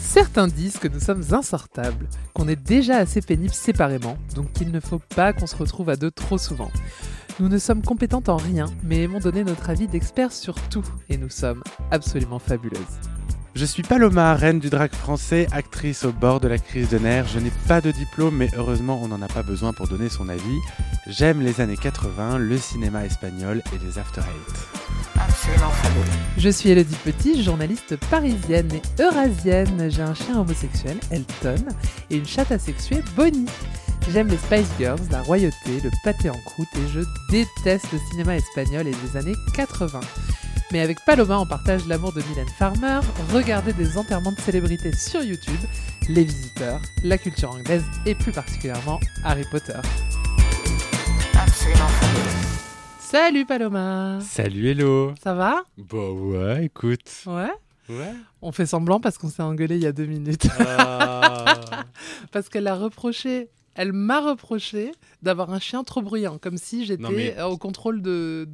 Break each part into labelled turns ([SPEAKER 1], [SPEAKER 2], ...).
[SPEAKER 1] Certains disent que nous sommes insortables, qu'on est déjà assez pénibles séparément, donc qu'il ne faut pas qu'on se retrouve à deux trop souvent. Nous ne sommes compétentes en rien, mais aimons donner notre avis d'experts sur tout, et nous sommes absolument fabuleuses.
[SPEAKER 2] Je suis Paloma, reine du drag français, actrice au bord de la crise de nerfs. Je n'ai pas de diplôme, mais heureusement, on n'en a pas besoin pour donner son avis. J'aime les années 80, le cinéma espagnol et les after eight.
[SPEAKER 1] Absolument fabuleux. Je suis Elodie Petit, journaliste parisienne et eurasienne. J'ai un chien homosexuel, Elton, et une chatte asexuée, Bonnie. J'aime les Spice Girls, la royauté, le pâté en croûte et je déteste le cinéma espagnol et les années 80. Mais avec Paloma, on partage l'amour de Mylène Farmer, regarder des enterrements de célébrités sur YouTube, les visiteurs, la culture anglaise et plus particulièrement Harry Potter. Absolument. Salut Paloma
[SPEAKER 2] Salut Hello
[SPEAKER 1] Ça va
[SPEAKER 2] Bah ouais, écoute.
[SPEAKER 1] Ouais
[SPEAKER 2] Ouais.
[SPEAKER 1] On fait semblant parce qu'on s'est engueulé il y a deux minutes.
[SPEAKER 2] Euh,
[SPEAKER 1] Ah. parce qu'elle a reproché elle m'a reproché d'avoir un chien trop bruyant, comme si j'étais mais... au contrôle de,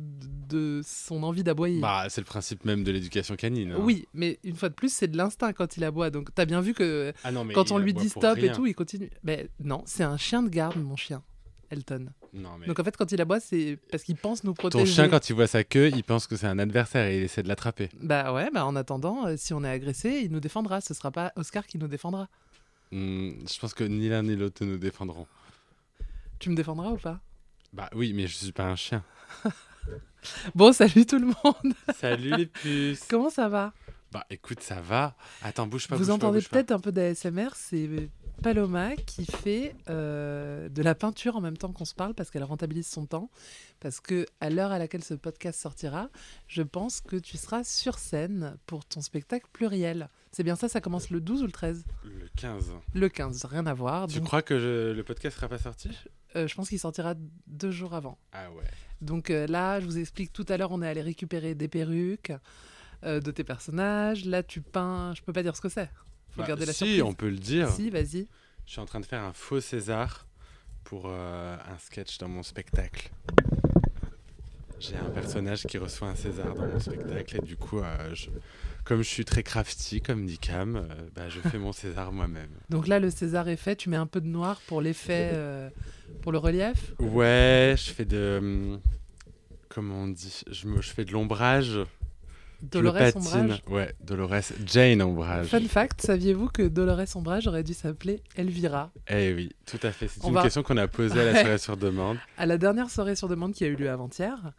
[SPEAKER 1] de, de son envie d'aboyer.
[SPEAKER 2] Bah, c'est le principe même de l'éducation canine. Hein.
[SPEAKER 1] Oui, mais une fois de plus, c'est de l'instinct quand il aboie. Donc, t'as bien vu que ah non, quand on lui dit stop et tout, il continue. Mais non, c'est un chien de garde, mon chien, Elton. Non, mais... Donc, en fait, quand il aboie, c'est parce qu'il pense nous protéger.
[SPEAKER 2] Ton chien, quand il voit sa queue, il pense que c'est un adversaire et il essaie de l'attraper.
[SPEAKER 1] Bah ouais, bah en attendant, si on est agressé, il nous défendra. Ce sera pas Oscar qui nous défendra.
[SPEAKER 2] Mmh, je pense que ni l'un ni l'autre nous défendront.
[SPEAKER 1] Tu me défendras ou pas
[SPEAKER 2] Bah oui, mais je suis pas un chien.
[SPEAKER 1] bon, salut tout le monde.
[SPEAKER 2] salut les puces.
[SPEAKER 1] Comment ça va
[SPEAKER 2] Bah écoute, ça va. Attends, bouge pas.
[SPEAKER 1] Vous
[SPEAKER 2] bouge
[SPEAKER 1] entendez
[SPEAKER 2] pas,
[SPEAKER 1] peut-être un peu d'ASMR, c'est Paloma qui fait euh, de la peinture en même temps qu'on se parle parce qu'elle rentabilise son temps. Parce que à l'heure à laquelle ce podcast sortira, je pense que tu seras sur scène pour ton spectacle pluriel. C'est bien ça, ça commence le 12 ou le 13
[SPEAKER 2] Le 15.
[SPEAKER 1] Le 15, rien à voir.
[SPEAKER 2] Tu donc... crois que je... le podcast sera pas sorti
[SPEAKER 1] euh, Je pense qu'il sortira deux jours avant.
[SPEAKER 2] Ah ouais.
[SPEAKER 1] Donc euh, là, je vous explique, tout à l'heure, on est allé récupérer des perruques euh, de tes personnages. Là, tu peins, je peux pas dire ce que c'est.
[SPEAKER 2] Bah,
[SPEAKER 1] la
[SPEAKER 2] si,
[SPEAKER 1] surprise.
[SPEAKER 2] on peut le dire.
[SPEAKER 1] Si, vas-y.
[SPEAKER 2] Je suis en train de faire un faux César pour euh, un sketch dans mon spectacle. J'ai un personnage qui reçoit un César dans mon spectacle et du coup, euh, je... comme je suis très crafty, comme dit Cam, euh, bah, je fais mon César moi-même.
[SPEAKER 1] Donc là, le César est fait. Tu mets un peu de noir pour l'effet, euh,
[SPEAKER 2] Euh,
[SPEAKER 1] pour le relief.
[SPEAKER 2] Ouais, je fais
[SPEAKER 1] hum,
[SPEAKER 2] de, comment on dit, je, me... je fais de l'ombrage.
[SPEAKER 1] Dolores Ombrage.
[SPEAKER 2] Ouais, Dolores Jane Ombrage.
[SPEAKER 1] Fun fact, saviez-vous que Dolores Ombrage aurait dû s'appeler Elvira
[SPEAKER 2] Eh oui, tout à fait. C'est une va... question qu'on a posée ouais. à la soirée sur demande.
[SPEAKER 1] À la dernière soirée sur demande qui a eu lieu avant-hier,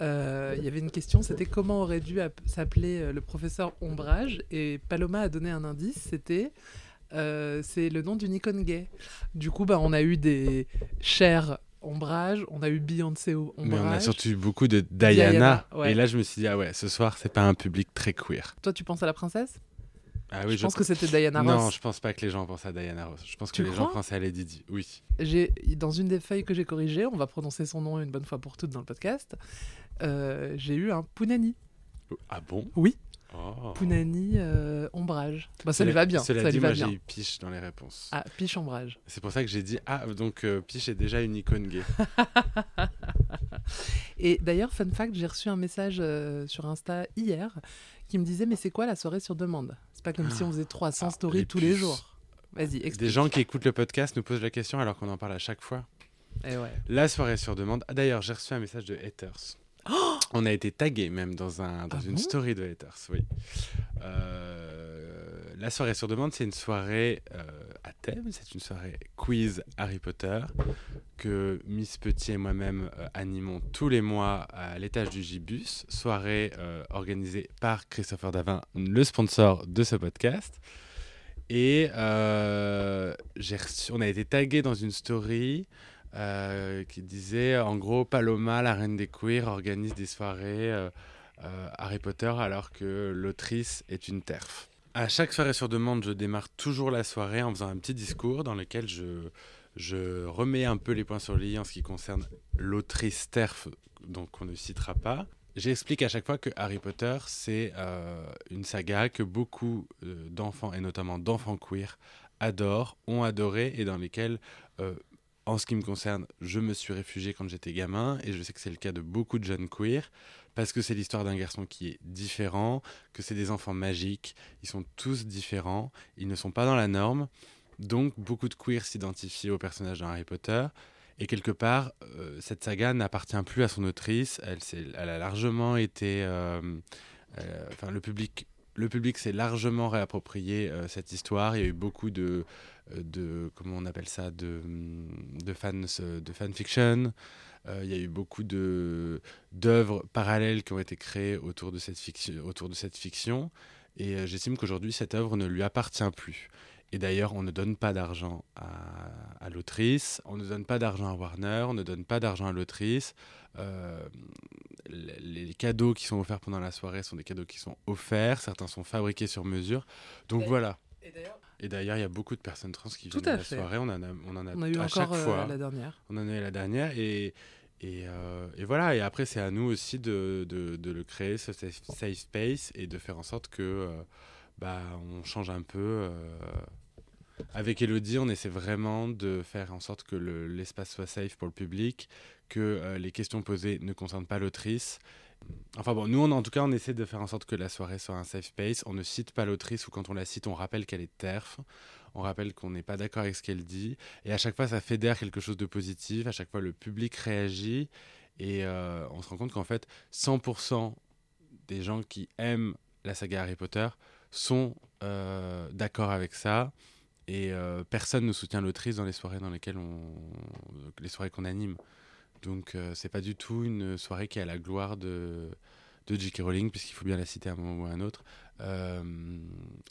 [SPEAKER 1] il euh, y avait une question, c'était comment aurait dû s'appeler euh, le professeur Ombrage Et Paloma a donné un indice, c'était... Euh, c'est le nom d'une icône gay. Du coup, bah, on a eu des chers Ombrage, on a eu Beyoncé au Ombrage.
[SPEAKER 2] Mais on a surtout eu beaucoup de Diana. Diana ouais. Et là, je me suis dit, ah ouais, ce soir, c'est pas un public très queer.
[SPEAKER 1] Toi, tu penses à la princesse
[SPEAKER 2] ah oui,
[SPEAKER 1] je, je pense que c'était Diana
[SPEAKER 2] non,
[SPEAKER 1] Ross.
[SPEAKER 2] Non, je pense pas que les gens pensent à Diana Ross. Je pense tu que les gens pensent à Lady Di. Oui.
[SPEAKER 1] J'ai dans une des feuilles que j'ai corrigées, on va prononcer son nom une bonne fois pour toutes dans le podcast. Euh, j'ai eu un Pounani.
[SPEAKER 2] Ah bon
[SPEAKER 1] Oui. Oh. Pounani, euh, ombrage. Bah, ça
[SPEAKER 2] cela,
[SPEAKER 1] lui va bien.
[SPEAKER 2] Cela
[SPEAKER 1] ça
[SPEAKER 2] dit,
[SPEAKER 1] lui va
[SPEAKER 2] moi
[SPEAKER 1] bien.
[SPEAKER 2] j'ai eu piche dans les réponses.
[SPEAKER 1] Ah, piche, ombrage.
[SPEAKER 2] C'est pour ça que j'ai dit Ah, donc euh, piche est déjà une icône gay.
[SPEAKER 1] Et d'ailleurs, fun fact, j'ai reçu un message euh, sur Insta hier qui me disait Mais c'est quoi la soirée sur demande C'est pas comme si on faisait 300 ah, stories les tous les jours. Vas-y, explique.
[SPEAKER 2] Des gens qui écoutent le podcast nous posent la question alors qu'on en parle à chaque fois.
[SPEAKER 1] Et Eh ouais.
[SPEAKER 2] La soirée sur demande. Ah, d'ailleurs, j'ai reçu un message de haters. Oh on a été tagué même dans, un, dans ah une bon story de haters, oui. Euh, la soirée sur demande, c'est une soirée euh, à thème, c'est une soirée quiz Harry Potter que Miss Petit et moi-même euh, animons tous les mois à l'étage du Gibus, soirée euh, organisée par Christopher Davin, le sponsor de ce podcast. Et euh, reçu, on a été tagué dans une story euh, qui disait en gros Paloma, la reine des queers, organise des soirées euh, euh, Harry Potter alors que l'autrice est une terf. À chaque soirée sur demande, je démarre toujours la soirée en faisant un petit discours dans lequel je, je remets un peu les points sur les i en ce qui concerne l'autrice terf, donc on ne citera pas. J'explique à chaque fois que Harry Potter, c'est euh, une saga que beaucoup euh, d'enfants, et notamment d'enfants queer, adorent, ont adoré et dans lesquels En ce qui me concerne, je me suis réfugié quand j'étais gamin, et je sais que c'est le cas de beaucoup de jeunes queers, parce que c'est l'histoire d'un garçon qui est différent, que c'est des enfants magiques, ils sont tous différents, ils ne sont pas dans la norme, donc beaucoup de queers s'identifient au personnage d'un Harry Potter, et quelque part, euh, cette saga n'appartient plus à son autrice, elle, s'est- elle a largement été... euh, euh, enfin, le public le public s'est largement réapproprié euh, cette histoire. Il y a eu beaucoup de, euh, de comment on appelle ça, de, de fans, euh, de fanfiction. Euh, il y a eu beaucoup de d'œuvres parallèles qui ont été créées autour de cette fiction, autour de cette fiction. Et euh, j'estime qu'aujourd'hui, cette œuvre ne lui appartient plus. Et d'ailleurs, on ne donne pas d'argent à, à l'autrice, on ne donne pas d'argent à Warner, on ne donne pas d'argent à l'autrice. Euh, les les cadeaux qui sont offerts pendant la soirée sont des cadeaux qui sont offerts, certains sont fabriqués sur mesure. Donc
[SPEAKER 1] Et-
[SPEAKER 2] voilà.
[SPEAKER 1] Et d'ailleurs,
[SPEAKER 2] Et d'ailleurs, il y a beaucoup de personnes trans qui
[SPEAKER 1] Tout
[SPEAKER 2] viennent à,
[SPEAKER 1] à
[SPEAKER 2] la
[SPEAKER 1] fait.
[SPEAKER 2] soirée. On en a, on en a,
[SPEAKER 1] on a eu
[SPEAKER 2] à chaque
[SPEAKER 1] encore euh,
[SPEAKER 2] fois.
[SPEAKER 1] la dernière.
[SPEAKER 2] On en a eu la dernière. Et, et, euh, et voilà. Et après, c'est à nous aussi de, de- de le créer, ce safe, safe space, et de faire en sorte que euh, bah, on change un peu. euh. Avec Elodie, on essaie vraiment de faire en sorte que le- l'espace soit safe pour le public, que euh, les questions posées ne concernent pas l'autrice. Enfin bon, nous, on, en tout cas, on essaie de faire en sorte que la soirée soit un safe space. On ne cite pas l'autrice ou quand on la cite, on rappelle qu'elle est terf. On rappelle qu'on n'est pas d'accord avec ce qu'elle dit. Et à chaque fois, ça fédère quelque chose de positif. À chaque fois, le public réagit. Et euh, on se rend compte qu'en fait, 100% des gens qui aiment la saga Harry Potter sont euh, d'accord avec ça. Et euh, personne ne soutient l'autrice dans les soirées dans lesquelles on... les soirées qu'on anime. Donc euh, c'est pas du tout une soirée qui est à la gloire de, de J.K. Rowling, puisqu'il faut bien la citer à un moment ou à un autre. Euh,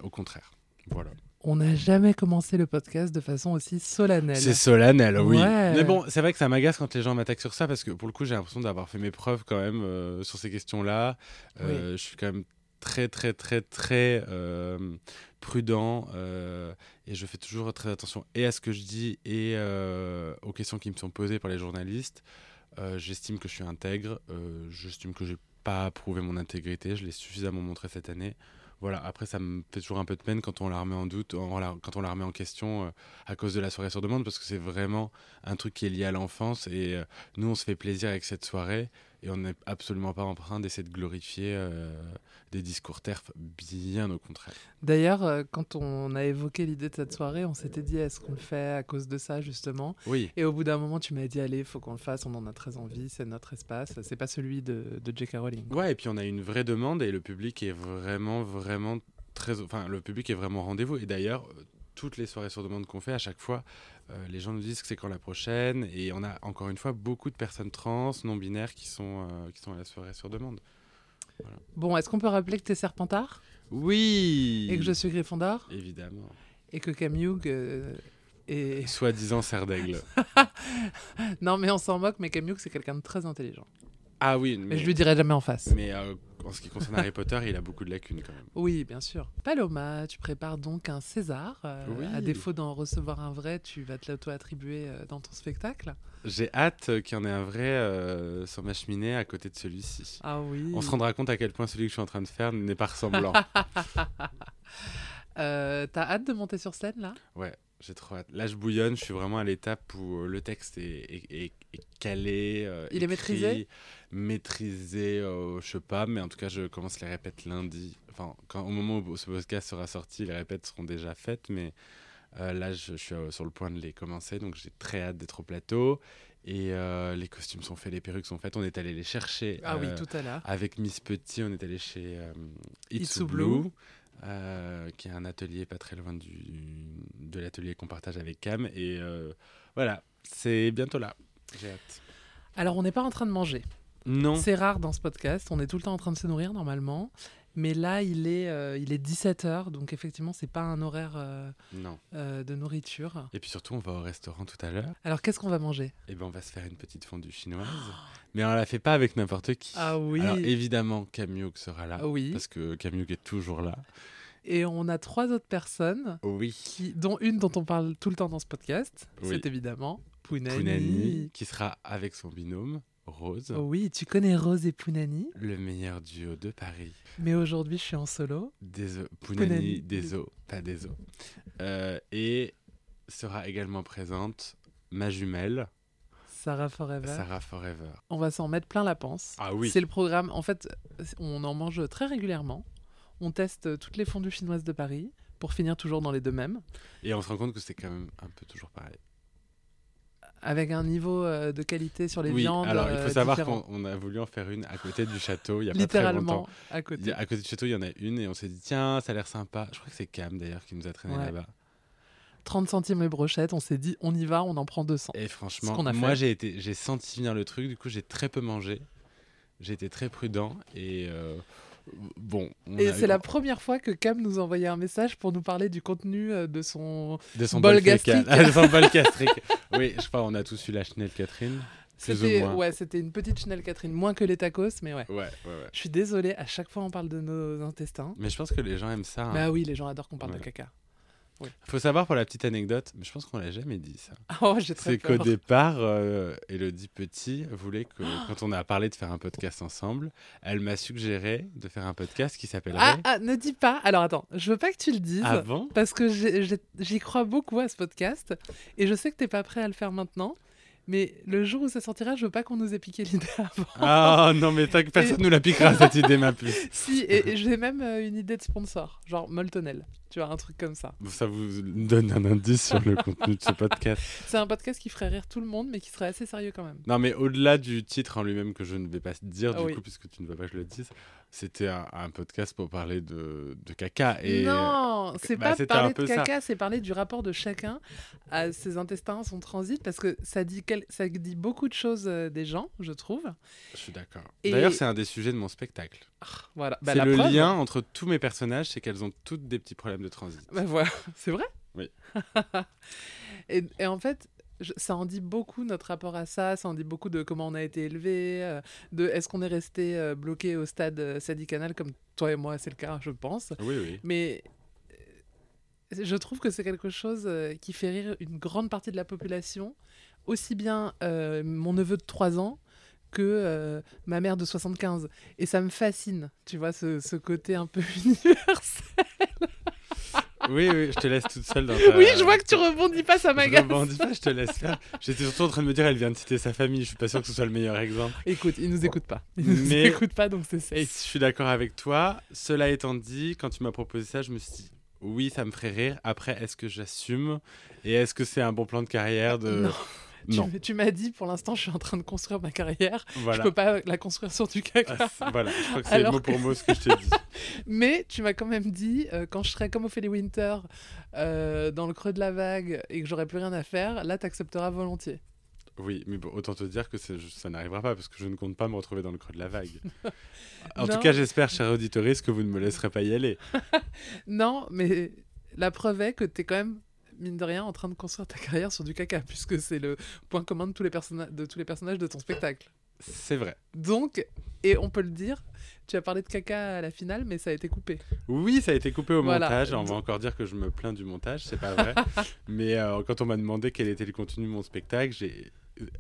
[SPEAKER 2] au contraire. Voilà.
[SPEAKER 1] On n'a jamais commencé le podcast de façon aussi solennelle.
[SPEAKER 2] C'est solennel, oui.
[SPEAKER 1] Ouais.
[SPEAKER 2] Mais bon, c'est vrai que ça m'agace quand les gens m'attaquent sur ça parce que pour le coup, j'ai l'impression d'avoir fait mes preuves quand même euh, sur ces questions-là. Euh, Je suis quand même très, très, très, très euh, prudent euh, et je fais toujours très attention et à ce que je dis et euh, aux questions qui me sont posées par les journalistes. Euh, j'estime que je suis intègre, euh, j'estime que j'ai pas prouvé mon intégrité, je l'ai suffisamment montré cette année. Voilà, après ça me fait toujours un peu de peine quand on la remet en doute, en la- quand on la remet en question euh, à cause de la soirée sur demande, parce que c'est vraiment un truc qui est lié à l'enfance et euh, nous on se fait plaisir avec cette soirée et on n'est absolument pas en train d'essayer de glorifier euh, des discours TERF, bien au contraire.
[SPEAKER 1] D'ailleurs, euh, quand on a évoqué l'idée de cette soirée, on s'était dit est-ce qu'on le fait à cause de ça justement
[SPEAKER 2] Oui,
[SPEAKER 1] Et au bout d'un moment, tu m'as dit allez, faut qu'on le fasse, on en a très envie, c'est notre espace, c'est pas celui de, de J.K. Rowling.
[SPEAKER 2] ouais, et puis on a une vraie demande et le public est vraiment, vraiment très. Enfin, le public est vraiment au rendez-vous. Et d'ailleurs, euh, toutes les soirées sur demande qu'on fait, à chaque fois, euh, les gens nous disent que c'est quand la prochaine. Et on a encore une fois beaucoup de personnes trans, non-binaires qui, sont euh, qui sont à la soirée sur demande.
[SPEAKER 1] Bon, est-ce qu'on peut rappeler que t'es Serpentard
[SPEAKER 2] Oui
[SPEAKER 1] et que je suis Gryffondor
[SPEAKER 2] Évidemment.
[SPEAKER 1] et que Cam Hughes, euh, est...
[SPEAKER 2] Soi-disant serre d'aigle.
[SPEAKER 1] Non, mais on s'en moque, mais Cam Hughes, c'est quelqu'un de très intelligent.
[SPEAKER 2] Ah oui,
[SPEAKER 1] Mais
[SPEAKER 2] mais,
[SPEAKER 1] je lui dirai jamais en face.
[SPEAKER 2] mais, euh, en ce qui concerne Harry Potter, il a beaucoup de lacunes quand même.
[SPEAKER 1] Oui, bien sûr. Paloma, tu prépares donc un César. euh,
[SPEAKER 2] Oui.
[SPEAKER 1] À défaut d'en recevoir un vrai, tu vas te l'auto-attribuer euh, dans ton spectacle.
[SPEAKER 2] J'ai hâte euh, qu'il y en ait un vrai euh, sur ma cheminée à côté de celui-ci.
[SPEAKER 1] Ah oui.
[SPEAKER 2] On se rendra compte à quel point celui que je suis en train de faire n'est pas ressemblant.
[SPEAKER 1] Euh, T'as hâte de monter sur scène, là
[SPEAKER 2] J'ai trop hâte. Là, je bouillonne. Je suis vraiment à l'étape où euh, le texte est, est- est- est calé. euh,
[SPEAKER 1] Il est maîtrisé
[SPEAKER 2] Maîtrisé, euh, je sais pas, mais en tout cas, je commence les répètes lundi. Enfin, quand, au moment où ce podcast sera sorti, les répètes seront déjà faites, mais euh, là, je, je suis euh, sur le point de les commencer, donc j'ai très hâte d'être au plateau. Et euh, les costumes sont faits, les perruques sont faites. On est allé les chercher.
[SPEAKER 1] Ah oui,
[SPEAKER 2] euh,
[SPEAKER 1] tout à l'heure.
[SPEAKER 2] avec Miss Petit, on est allé chez euh, Itsu
[SPEAKER 1] Itsu
[SPEAKER 2] Blue,
[SPEAKER 1] Blue.
[SPEAKER 2] euh, qui est un atelier pas très loin du, de l'atelier qu'on partage avec Cam. Et euh, voilà, c'est bientôt là. J'ai hâte.
[SPEAKER 1] Alors, on n'est pas en train de manger.
[SPEAKER 2] Non.
[SPEAKER 1] C'est rare dans ce podcast. On est tout le temps en train de se nourrir, normalement. Mais là, il est, euh, il est 17h, donc effectivement, c'est pas un horaire euh,
[SPEAKER 2] Non.
[SPEAKER 1] euh, de nourriture.
[SPEAKER 2] Et puis surtout, on va au restaurant tout à l'heure.
[SPEAKER 1] Alors, qu'est-ce qu'on va manger
[SPEAKER 2] Et ben, on va se faire une petite fondue chinoise. Mais on la fait pas avec n'importe qui.
[SPEAKER 1] Ah oui.
[SPEAKER 2] Alors évidemment, Camille sera là.
[SPEAKER 1] Ah oui.
[SPEAKER 2] Parce que Camille est toujours là.
[SPEAKER 1] Et on a trois autres personnes,
[SPEAKER 2] Oui.
[SPEAKER 1] qui, dont une dont on parle tout le temps dans ce podcast.
[SPEAKER 2] Oui.
[SPEAKER 1] C'est évidemment Pounani.
[SPEAKER 2] Pounani, qui sera avec son binôme, Rose,
[SPEAKER 1] Oh oui, tu connais Rose et Pounani,
[SPEAKER 2] le meilleur duo de Paris.
[SPEAKER 1] mais aujourd'hui je suis en solo.
[SPEAKER 2] des œufs,
[SPEAKER 1] Pounani,
[SPEAKER 2] Pounani,
[SPEAKER 1] des
[SPEAKER 2] des os, pas des os. Euh, et sera également présente ma jumelle,
[SPEAKER 1] Sarah Forever.
[SPEAKER 2] Sarah Forever.
[SPEAKER 1] On va s'en mettre plein la panse.
[SPEAKER 2] Ah oui,
[SPEAKER 1] C'est le programme. En fait, on en mange très régulièrement. On teste toutes les fondues chinoises de Paris pour finir toujours dans les deux mêmes,
[SPEAKER 2] et on se rend compte que c'est quand même un peu toujours pareil.
[SPEAKER 1] avec un niveau euh, de qualité sur les
[SPEAKER 2] oui,
[SPEAKER 1] viandes.
[SPEAKER 2] alors il faut
[SPEAKER 1] euh,
[SPEAKER 2] savoir
[SPEAKER 1] différent.
[SPEAKER 2] qu'on on a voulu en faire une à côté du château il y a pas très longtemps.
[SPEAKER 1] littéralement à côté.
[SPEAKER 2] Il y a- à côté du château, il y en a une et on s'est dit tiens, ça a l'air sympa. Je crois que c'est Cam d'ailleurs qui nous a traîné
[SPEAKER 1] Ouais.
[SPEAKER 2] là-bas.
[SPEAKER 1] 30 centimes les brochettes, on s'est dit on y va, on en prend 200.
[SPEAKER 2] Et franchement,
[SPEAKER 1] qu'on a
[SPEAKER 2] moi
[SPEAKER 1] fait.
[SPEAKER 2] j'ai été, j'ai senti venir le truc. Du coup, j'ai très peu mangé. J'ai été très prudent et euh, bon. on
[SPEAKER 1] Et
[SPEAKER 2] a
[SPEAKER 1] c'est
[SPEAKER 2] eu-
[SPEAKER 1] la première fois que Cam nous envoyait un message pour nous parler du contenu euh, de son.
[SPEAKER 2] de son
[SPEAKER 1] bol
[SPEAKER 2] bol fécal. Ah,
[SPEAKER 1] gastrique.
[SPEAKER 2] de son bol gastrique. Oui, je crois on a tous eu la chenille Catherine. Plus ou
[SPEAKER 1] C'était
[SPEAKER 2] moins.
[SPEAKER 1] ouais, c'était une petite Chanel Catherine, moins que les tacos, mais ouais.
[SPEAKER 2] Ouais, ouais, ouais.
[SPEAKER 1] Je suis désolée, à chaque fois on parle de nos intestins.
[SPEAKER 2] Mais je pense que les gens aiment ça. hein.
[SPEAKER 1] Bah oui, les gens adorent qu'on parle de
[SPEAKER 2] Voilà.
[SPEAKER 1] caca.
[SPEAKER 2] Faut savoir pour la petite anecdote, mais je pense qu'on l'a jamais dit ça.
[SPEAKER 1] Oh, j'ai très
[SPEAKER 2] C'est qu'au
[SPEAKER 1] peur.
[SPEAKER 2] départ, euh, Elodie Petit voulait que, quand on a parlé de faire un podcast ensemble, elle m'a suggéré de faire un podcast qui
[SPEAKER 1] Ah,
[SPEAKER 2] s'appellerait
[SPEAKER 1] ah, ne dis pas. Alors attends, je veux pas que tu le dises.
[SPEAKER 2] Avant.
[SPEAKER 1] Parce que j'ai- j'ai- j'y crois beaucoup à ce podcast. Et je sais que t'es pas prêt à le faire maintenant. Mais le jour où ça sortira, je veux pas qu'on nous ait piqué l'idée avant.
[SPEAKER 2] Ah non, mais tant que personne nous la piquera cette idée, ma puce.
[SPEAKER 1] Si, et, et j'ai même euh, une idée de sponsor. Genre Moltonel. Tu vois, un truc comme ça.
[SPEAKER 2] Ça vous donne un indice sur le contenu de ce podcast.
[SPEAKER 1] C'est un podcast qui ferait rire tout le monde, mais qui serait assez sérieux quand même.
[SPEAKER 2] Non, mais au-delà du titre en lui-même que je ne vais pas dire,
[SPEAKER 1] Ah
[SPEAKER 2] du
[SPEAKER 1] oui.
[SPEAKER 2] coup, puisque tu ne veux pas que je le dise, c'était un, un podcast pour parler de, de caca. Et euh,
[SPEAKER 1] non, c'est
[SPEAKER 2] bah,
[SPEAKER 1] pas
[SPEAKER 2] c'était
[SPEAKER 1] parler
[SPEAKER 2] un peu
[SPEAKER 1] de caca, c'est parler du rapport de chacun à ses intestins, son transit, parce que ça dit, quel- ça dit beaucoup de choses euh, des gens, je trouve.
[SPEAKER 2] je suis d'accord.
[SPEAKER 1] Et-
[SPEAKER 2] D'ailleurs, c'est un des sujets de mon spectacle.
[SPEAKER 1] Ah, Voilà. Bah,
[SPEAKER 2] c'est
[SPEAKER 1] la
[SPEAKER 2] le
[SPEAKER 1] preuve.
[SPEAKER 2] lien entre tous mes personnages, c'est qu'elles ont toutes des petits problèmes de transit.
[SPEAKER 1] Bah voilà, c'est vrai.
[SPEAKER 2] Oui.
[SPEAKER 1] et, et en fait, je- ça en dit beaucoup notre rapport à ça, ça en dit beaucoup de comment on a été élevé, euh, de est-ce qu'on est resté euh, bloqué au stade euh, sadicanal comme toi et moi, c'est le cas, je pense.
[SPEAKER 2] Oui, oui.
[SPEAKER 1] Mais euh, je trouve que c'est quelque chose euh, qui fait rire une grande partie de la population, aussi bien euh, mon neveu de 3 ans que euh, ma mère de 75. Et ça me fascine, tu vois, ce, ce côté un peu universel.
[SPEAKER 2] Oui, oui, je te laisse toute seule dans ta...
[SPEAKER 1] Oui, je vois que tu rebondis pas, ça
[SPEAKER 2] Je
[SPEAKER 1] m'agace.
[SPEAKER 2] rebondis pas, je te laisse faire. J'étais surtout en train de me dire, elle vient de citer sa famille. Je suis pas sûr que ce soit le meilleur exemple.
[SPEAKER 1] Écoute, ils nous écoutent pas. Ils nous
[SPEAKER 2] Mais-
[SPEAKER 1] écoutent pas, donc c'est
[SPEAKER 2] Et
[SPEAKER 1] safe.
[SPEAKER 2] je suis d'accord avec toi. Cela étant dit, quand tu m'as proposé ça, je me suis dit, oui, ça me ferait rire. Après, est-ce que j'assume Et est-ce que c'est un bon plan de carrière de...
[SPEAKER 1] Non. Tu-
[SPEAKER 2] Non,
[SPEAKER 1] Tu, m'as dit, pour l'instant, je suis en train de construire ma carrière.
[SPEAKER 2] voilà.
[SPEAKER 1] Je peux pas la construire sur du caca.
[SPEAKER 2] Ah, c'est- voilà, je crois que c'est
[SPEAKER 1] Alors
[SPEAKER 2] mot pour mot ce que je t'ai dit.
[SPEAKER 1] Mais tu m'as quand même dit, euh, quand je serai comme Ophélie Winter, euh, dans le creux de la vague, et que j'aurai plus rien à faire, là, t'accepteras volontiers.
[SPEAKER 2] Oui, mais bon, autant te dire que c'est- je- ça n'arrivera pas parce que je ne compte pas me retrouver dans le creux de la vague. en
[SPEAKER 1] Non.
[SPEAKER 2] tout cas, j'espère, chers auditeurs, que vous ne me laisserez pas y aller.
[SPEAKER 1] Non, mais la preuve est que t'es quand même mine de rien en train de construire ta carrière sur du caca puisque c'est le point commun de tous les personnages de tous les personnages de ton spectacle.
[SPEAKER 2] C'est vrai.
[SPEAKER 1] Donc, et on peut le dire, tu as parlé de caca à la finale, mais ça a été coupé.
[SPEAKER 2] Oui, ça a été coupé au
[SPEAKER 1] Voilà.
[SPEAKER 2] montage. On va encore dire que je me plains du montage, c'est pas vrai. Mais euh, quand on m'a demandé quel était le contenu de mon spectacle, j'ai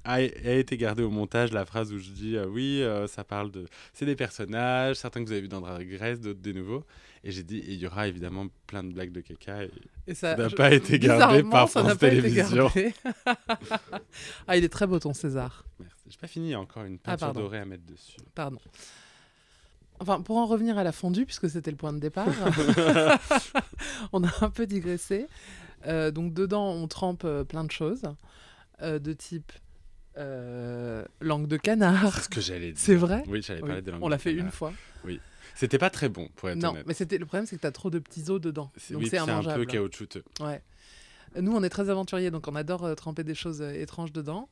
[SPEAKER 2] a, a été gardée au montage la phrase où je dis euh, oui, euh, ça parle de c'est des personnages, certains que vous avez vus dans Drag Race, d'autres des nouveaux. Et j'ai dit Et il y aura évidemment plein de blagues de caca. Et
[SPEAKER 1] Et
[SPEAKER 2] ça n'a
[SPEAKER 1] Euh, je-
[SPEAKER 2] pas été gardé
[SPEAKER 1] bizarrement,
[SPEAKER 2] par
[SPEAKER 1] ça n'a
[SPEAKER 2] France
[SPEAKER 1] pas été
[SPEAKER 2] Télévisions.
[SPEAKER 1] gardé. ah, il est très beau ton César.
[SPEAKER 2] Merci. J'ai pas fini, il y a encore une
[SPEAKER 1] Ah,
[SPEAKER 2] peinture
[SPEAKER 1] pardon.
[SPEAKER 2] dorée à mettre dessus.
[SPEAKER 1] Pardon. Enfin, pour en revenir à la fondue, puisque c'était le point de départ, on a un peu digressé. Euh, donc, dedans, on trempe euh, plein de choses, euh, de type euh, langue de canard.
[SPEAKER 2] C'est ce que j'allais dire.
[SPEAKER 1] C'est vrai
[SPEAKER 2] Oui, j'allais
[SPEAKER 1] Oui,
[SPEAKER 2] parler de langue
[SPEAKER 1] On l'a
[SPEAKER 2] de
[SPEAKER 1] fait
[SPEAKER 2] canard.
[SPEAKER 1] une fois.
[SPEAKER 2] C'était pas très bon, pour être
[SPEAKER 1] Non,
[SPEAKER 2] honnête.
[SPEAKER 1] mais c'était le problème, c'est que tu as trop de petits os dedans.
[SPEAKER 2] C'est
[SPEAKER 1] Donc,
[SPEAKER 2] oui,
[SPEAKER 1] c'est
[SPEAKER 2] puis c'est un
[SPEAKER 1] immangeable.
[SPEAKER 2] peu caoutchouteux.
[SPEAKER 1] Ouais. Nous, on est très aventuriers, donc on adore euh, tremper des choses euh, étranges dedans.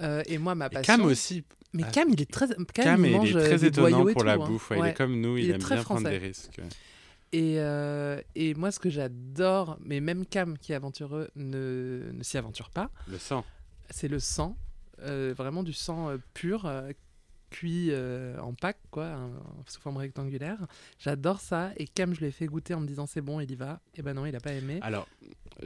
[SPEAKER 1] Euh, et moi, ma
[SPEAKER 2] Et
[SPEAKER 1] passion.
[SPEAKER 2] Cam aussi,
[SPEAKER 1] Mais
[SPEAKER 2] Ah.
[SPEAKER 1] Cam, il est très. Cam,
[SPEAKER 2] Cam,
[SPEAKER 1] il
[SPEAKER 2] il
[SPEAKER 1] mange
[SPEAKER 2] est
[SPEAKER 1] euh,
[SPEAKER 2] très
[SPEAKER 1] des
[SPEAKER 2] étonnant
[SPEAKER 1] boyaux et
[SPEAKER 2] pour la
[SPEAKER 1] tout, hein.
[SPEAKER 2] bouffe. Il
[SPEAKER 1] Ouais.
[SPEAKER 2] est comme nous, il,
[SPEAKER 1] Il est
[SPEAKER 2] aime
[SPEAKER 1] très
[SPEAKER 2] bien prendre
[SPEAKER 1] français.
[SPEAKER 2] des risques.
[SPEAKER 1] Et, euh, et moi, ce que j'adore, mais même Cam, qui est aventureux, ne, ne s'y aventure pas,
[SPEAKER 2] Le sang.
[SPEAKER 1] c'est le sang, euh, vraiment du sang euh, pur, euh, cuit euh, en pack, quoi, hein, sous forme rectangulaire. J'adore ça. Et Cam, je l'ai fait goûter en me disant c'est bon, il y va. Et ben non, il a pas aimé.
[SPEAKER 2] Alors,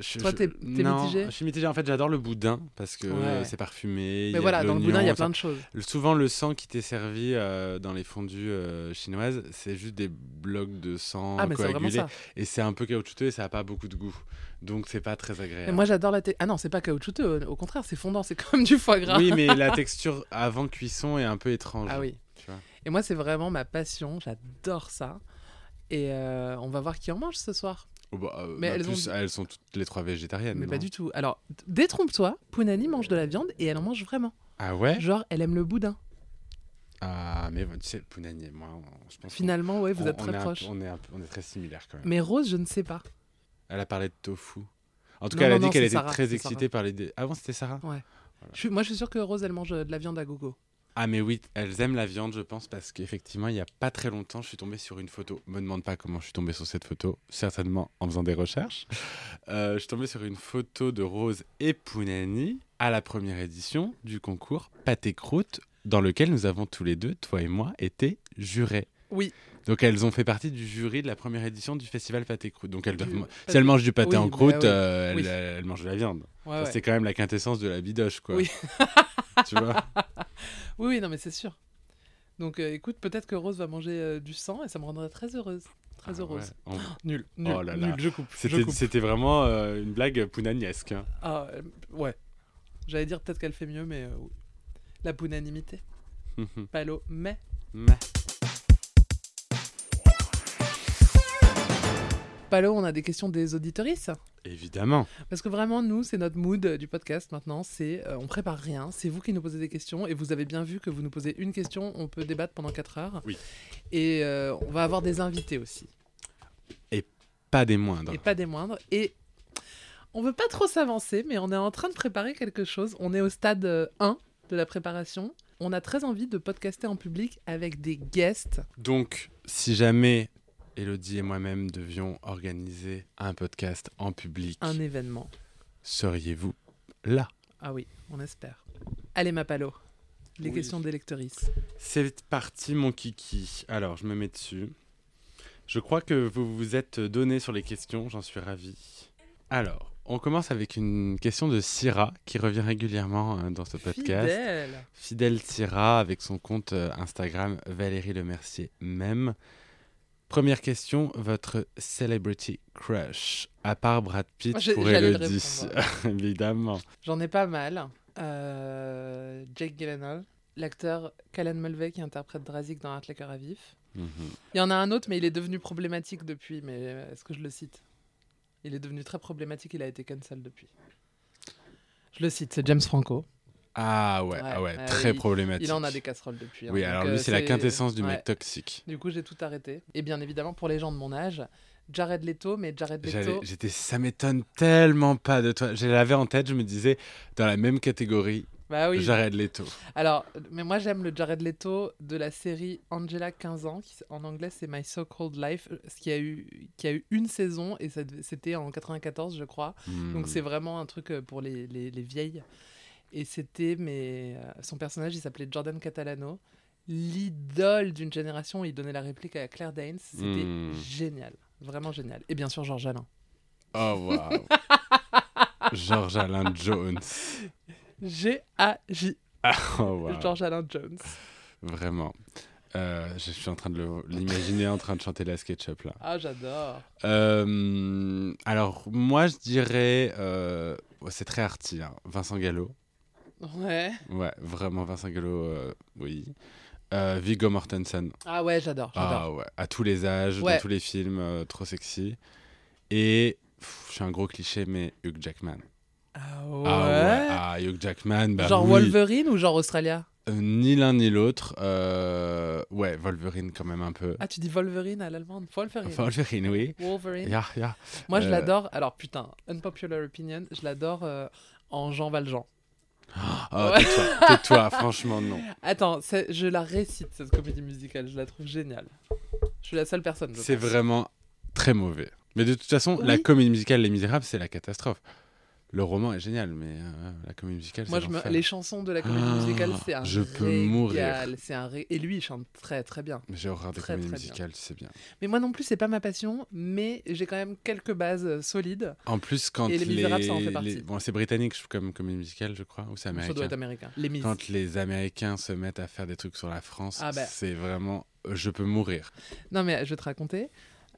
[SPEAKER 2] je,
[SPEAKER 1] Toi,
[SPEAKER 2] je-
[SPEAKER 1] t'es- t'es
[SPEAKER 2] non,
[SPEAKER 1] mitigé
[SPEAKER 2] Je suis mitigé. En fait, j'adore le boudin parce que
[SPEAKER 1] Ouais.
[SPEAKER 2] euh, c'est parfumé. il y
[SPEAKER 1] Mais
[SPEAKER 2] a
[SPEAKER 1] voilà,
[SPEAKER 2] de
[SPEAKER 1] dans le boudin, il y a
[SPEAKER 2] l'oignon,
[SPEAKER 1] plein de choses.
[SPEAKER 2] Le- Souvent, le sang qui t'est servi euh, dans les fondues euh, chinoises, c'est juste des blocs de sang
[SPEAKER 1] Ah, mais c'est vraiment
[SPEAKER 2] coagulé.
[SPEAKER 1] ça.
[SPEAKER 2] Et c'est un peu caoutchouteux et ça n'a pas beaucoup de goût. Donc, c'est pas très
[SPEAKER 1] Et
[SPEAKER 2] agréable.
[SPEAKER 1] moi, j'adore la. thé- Ah non, c'est pas caoutchouteux. Au contraire, c'est fondant. C'est comme du foie gras.
[SPEAKER 2] oui, mais la texture avant cuisson est un peu étrange.
[SPEAKER 1] Ah oui.
[SPEAKER 2] Tu vois.
[SPEAKER 1] Et moi, c'est vraiment ma passion. J'adore ça. Et euh, on va voir qui en mange ce soir.
[SPEAKER 2] Oh, bah, euh,
[SPEAKER 1] Mais
[SPEAKER 2] bah,
[SPEAKER 1] elles ont
[SPEAKER 2] plus,
[SPEAKER 1] dit-
[SPEAKER 2] elles sont toutes les trois végétariennes.
[SPEAKER 1] Mais
[SPEAKER 2] non
[SPEAKER 1] pas du tout. Alors, d- détrompe-toi. Pounani mange de la viande et elle en mange vraiment.
[SPEAKER 2] Ah ouais
[SPEAKER 1] Genre, elle aime le boudin.
[SPEAKER 2] Ah, mais bon, tu sais, Pounani et moi, on- je pense qu'on-
[SPEAKER 1] Finalement, ouais, vous
[SPEAKER 2] on-
[SPEAKER 1] êtes
[SPEAKER 2] on
[SPEAKER 1] très
[SPEAKER 2] est un peu-
[SPEAKER 1] proches.
[SPEAKER 2] on, est un peu- on est très similaires quand même.
[SPEAKER 1] Mais Rose, je ne sais pas.
[SPEAKER 2] Elle a parlé de tofu. En tout
[SPEAKER 1] Non,
[SPEAKER 2] cas, elle
[SPEAKER 1] non,
[SPEAKER 2] a dit
[SPEAKER 1] non,
[SPEAKER 2] qu'elle
[SPEAKER 1] c'est
[SPEAKER 2] était
[SPEAKER 1] Sarah,
[SPEAKER 2] très
[SPEAKER 1] c'est
[SPEAKER 2] excitée par l'idée. Avant, c'était Sarah
[SPEAKER 1] Je suis- moi, je suis sûre que Rose, elle mange euh, de la viande à gogo.
[SPEAKER 2] Ah, mais oui, elles aiment la viande, je pense, parce qu'effectivement, il n'y a pas très longtemps, je suis tombé sur une photo. Me demande pas comment je suis tombé sur cette photo, certainement en faisant des recherches. Euh, je suis tombé sur une photo de Rose et Pounani à la première édition du concours Pâté Croûte, dans lequel nous avons tous les deux, toi et moi, été jurés.
[SPEAKER 1] Oui.
[SPEAKER 2] Donc elles ont fait partie du jury de la première édition du festival Pâté Croûte. Donc elles
[SPEAKER 1] Du
[SPEAKER 2] doivent.
[SPEAKER 1] pâté-
[SPEAKER 2] Si elles mangent du pâté
[SPEAKER 1] Oui,
[SPEAKER 2] en
[SPEAKER 1] bah
[SPEAKER 2] croûte,
[SPEAKER 1] oui.
[SPEAKER 2] euh, elles,
[SPEAKER 1] Oui.
[SPEAKER 2] elles mangent de la viande.
[SPEAKER 1] Ouais,
[SPEAKER 2] Ça,
[SPEAKER 1] ouais.
[SPEAKER 2] C'est quand même la quintessence de la bidoche, quoi.
[SPEAKER 1] Oui.
[SPEAKER 2] tu vois
[SPEAKER 1] Oui, oui, non, mais c'est sûr. Donc, euh, écoute, peut-être que Rose va manger euh, du sang et ça me rendrait très heureuse. Très
[SPEAKER 2] Ah
[SPEAKER 1] heureuse.
[SPEAKER 2] ouais, on-
[SPEAKER 1] Nul, nul,
[SPEAKER 2] Oh là là.
[SPEAKER 1] nul, je coupe. Je
[SPEAKER 2] C'était
[SPEAKER 1] coupe.
[SPEAKER 2] c'était vraiment euh, une blague pounaniesque. hein.
[SPEAKER 1] Ah, euh, ouais. J'allais dire peut-être qu'elle fait mieux, mais euh, oui. la punanimité. Palo, mais.
[SPEAKER 2] Mais-
[SPEAKER 1] Palo, on a des questions des auditorices.
[SPEAKER 2] Évidemment.
[SPEAKER 1] Parce que vraiment, nous, c'est notre mood euh, du podcast maintenant. C'est euh, on prépare rien. C'est vous qui nous posez des questions. Et vous avez bien vu que vous nous posez une question. On peut débattre pendant 4 heures.
[SPEAKER 2] Oui.
[SPEAKER 1] Et euh, on va avoir des invités aussi.
[SPEAKER 2] Pas des moindres.
[SPEAKER 1] Et pas des moindres. Et on veut pas trop s'avancer, mais on est en train de préparer quelque chose. On est au stade euh, 1 de la préparation. On a très envie de podcaster en public avec des guests.
[SPEAKER 2] Donc, si jamais Elodie et moi-même devions organiser un podcast en public,
[SPEAKER 1] Un événement.
[SPEAKER 2] seriez-vous là
[SPEAKER 1] Ah oui, on espère. Allez, ma Palo. Les
[SPEAKER 2] Oui.
[SPEAKER 1] questions des lectrices.
[SPEAKER 2] C'est parti, mon kiki. Alors, je me mets dessus. Je crois que vous vous êtes donné sur les questions, j'en suis ravi. Alors, on commence avec une question de Syrah qui revient régulièrement hein, dans ce podcast.
[SPEAKER 1] Fidèle.
[SPEAKER 2] Fidèle Tira avec son compte euh, Instagram Valérie Lemercier même. Première question, votre celebrity crush, à part Brad Pitt
[SPEAKER 1] Moi, j'ai-
[SPEAKER 2] pour
[SPEAKER 1] j'allais le
[SPEAKER 2] Elodie, évidemment.
[SPEAKER 1] J'en ai pas mal. Euh, Jake Gyllenhaal, l'acteur Callan Mulvey qui interprète Drazik dans Heartlaker à vif.
[SPEAKER 2] Mhm.
[SPEAKER 1] Il y en a un autre, mais il est devenu problématique depuis. Mais euh, est-ce que je le cite Il est devenu très problématique, il a été cancel depuis. Je le cite, c'est James Franco.
[SPEAKER 2] Ah ouais,
[SPEAKER 1] Ouais,
[SPEAKER 2] ah ouais,
[SPEAKER 1] euh,
[SPEAKER 2] très
[SPEAKER 1] il-
[SPEAKER 2] problématique.
[SPEAKER 1] Il en a des casseroles depuis. hein.
[SPEAKER 2] Oui,
[SPEAKER 1] Donc,
[SPEAKER 2] alors
[SPEAKER 1] euh,
[SPEAKER 2] lui, c'est la quintessence du
[SPEAKER 1] ouais.
[SPEAKER 2] mec toxique.
[SPEAKER 1] Du coup, j'ai tout arrêté. Et bien évidemment, pour les gens de mon âge, Jared Leto, mais Jared
[SPEAKER 2] J'allais-
[SPEAKER 1] Leto.
[SPEAKER 2] J'étais, ça m'étonne tellement pas de toi. Je l'avais en tête, je me disais, dans la même catégorie,
[SPEAKER 1] Bah oui.
[SPEAKER 2] Jared Leto.
[SPEAKER 1] Alors, mais moi j'aime le Jared Leto de la série Angela 15 ans, qui en anglais c'est My So Called Life, euh, ce qui a eu, qui a eu une saison et ça dev- c'était en 94 je crois. Donc
[SPEAKER 2] Hmm.
[SPEAKER 1] c'est vraiment un truc euh, pour les, les- les vieilles. Et c'était, mais euh, son personnage il s'appelait Jordan Catalano, l'idole d'une génération. Il donnait la réplique à Claire Danes, c'était
[SPEAKER 2] Hmm.
[SPEAKER 1] génial, vraiment génial. Et bien sûr Georges Alain.
[SPEAKER 2] Oh waouh. George Alain Jones.
[SPEAKER 1] G-A-J,
[SPEAKER 2] Oh waouh.
[SPEAKER 1] Georges Alain Jones.
[SPEAKER 2] Vraiment. Euh, je suis en train de le- l'imaginer en train de chanter la SketchUp là.
[SPEAKER 1] Ah j'adore.
[SPEAKER 2] Euh, alors moi je dirais, euh, ouais, c'est très arty, hein, Vincent Gallo.
[SPEAKER 1] Ouais.
[SPEAKER 2] Ouais, vraiment Vincent Gallo, euh, oui. Euh, Viggo Mortensen.
[SPEAKER 1] Ah ouais j'adore, j'adore.
[SPEAKER 2] Ah ouais, à tous les âges,
[SPEAKER 1] Ouais.
[SPEAKER 2] dans tous les films, euh, trop sexy. Et pff, je suis un gros cliché, mais Hugh Jackman.
[SPEAKER 1] Ah ouais.
[SPEAKER 2] Ah ouais, ah, Hugh Jackman, bah
[SPEAKER 1] genre
[SPEAKER 2] oui.
[SPEAKER 1] Wolverine ou genre Australia
[SPEAKER 2] Euh, ni l'un ni l'autre. euh, ouais, Wolverine quand même un peu.
[SPEAKER 1] Ah, tu dis Wolverine à l'allemande. Ah, Wolverine.
[SPEAKER 2] Wolverine, oui.
[SPEAKER 1] Wolverine.
[SPEAKER 2] Ya, ya.
[SPEAKER 1] Moi, je
[SPEAKER 2] euh,
[SPEAKER 1] l'adore. Alors, putain, unpopular opinion, je l'adore euh, en Jean Valjean.
[SPEAKER 2] Oh,
[SPEAKER 1] Ouais.
[SPEAKER 2] tais-toi, tais-toi, franchement, non.
[SPEAKER 1] Attends, c'est- je la récite, cette comédie musicale. Je la trouve géniale. Je suis la seule personne. je
[SPEAKER 2] C'est
[SPEAKER 1] pense.
[SPEAKER 2] vraiment très mauvais. Mais de toute façon, la
[SPEAKER 1] Oui.
[SPEAKER 2] comédie musicale Les Misérables, c'est la catastrophe. Le roman est génial, mais euh, la comédie musicale,
[SPEAKER 1] Moi,
[SPEAKER 2] c'est
[SPEAKER 1] je me-
[SPEAKER 2] l'enfer.
[SPEAKER 1] les chansons de la comédie
[SPEAKER 2] Ah,
[SPEAKER 1] musicale, c'est un
[SPEAKER 2] je peux
[SPEAKER 1] régal,
[SPEAKER 2] mourir.
[SPEAKER 1] C'est un ré- Et lui, il chante très très bien.
[SPEAKER 2] Mais J'ai horreur des
[SPEAKER 1] Très,
[SPEAKER 2] comédies
[SPEAKER 1] très
[SPEAKER 2] musicales, tu sais bien.
[SPEAKER 1] Mais moi non plus, c'est pas ma passion, mais j'ai quand même quelques bases euh, solides.
[SPEAKER 2] En plus, quand
[SPEAKER 1] Et Les Misérables,
[SPEAKER 2] les-
[SPEAKER 1] ça en fait partie.
[SPEAKER 2] les- Bon, c'est britannique je- comme comédie musicale, je crois, ou c'est
[SPEAKER 1] Ça doit
[SPEAKER 2] américain.
[SPEAKER 1] être américain. Les Miss.
[SPEAKER 2] Quand les Américains se mettent à faire des trucs sur la France,
[SPEAKER 1] Ah bah.
[SPEAKER 2] c'est vraiment, euh, je peux mourir.
[SPEAKER 1] Non, mais je vais te raconter.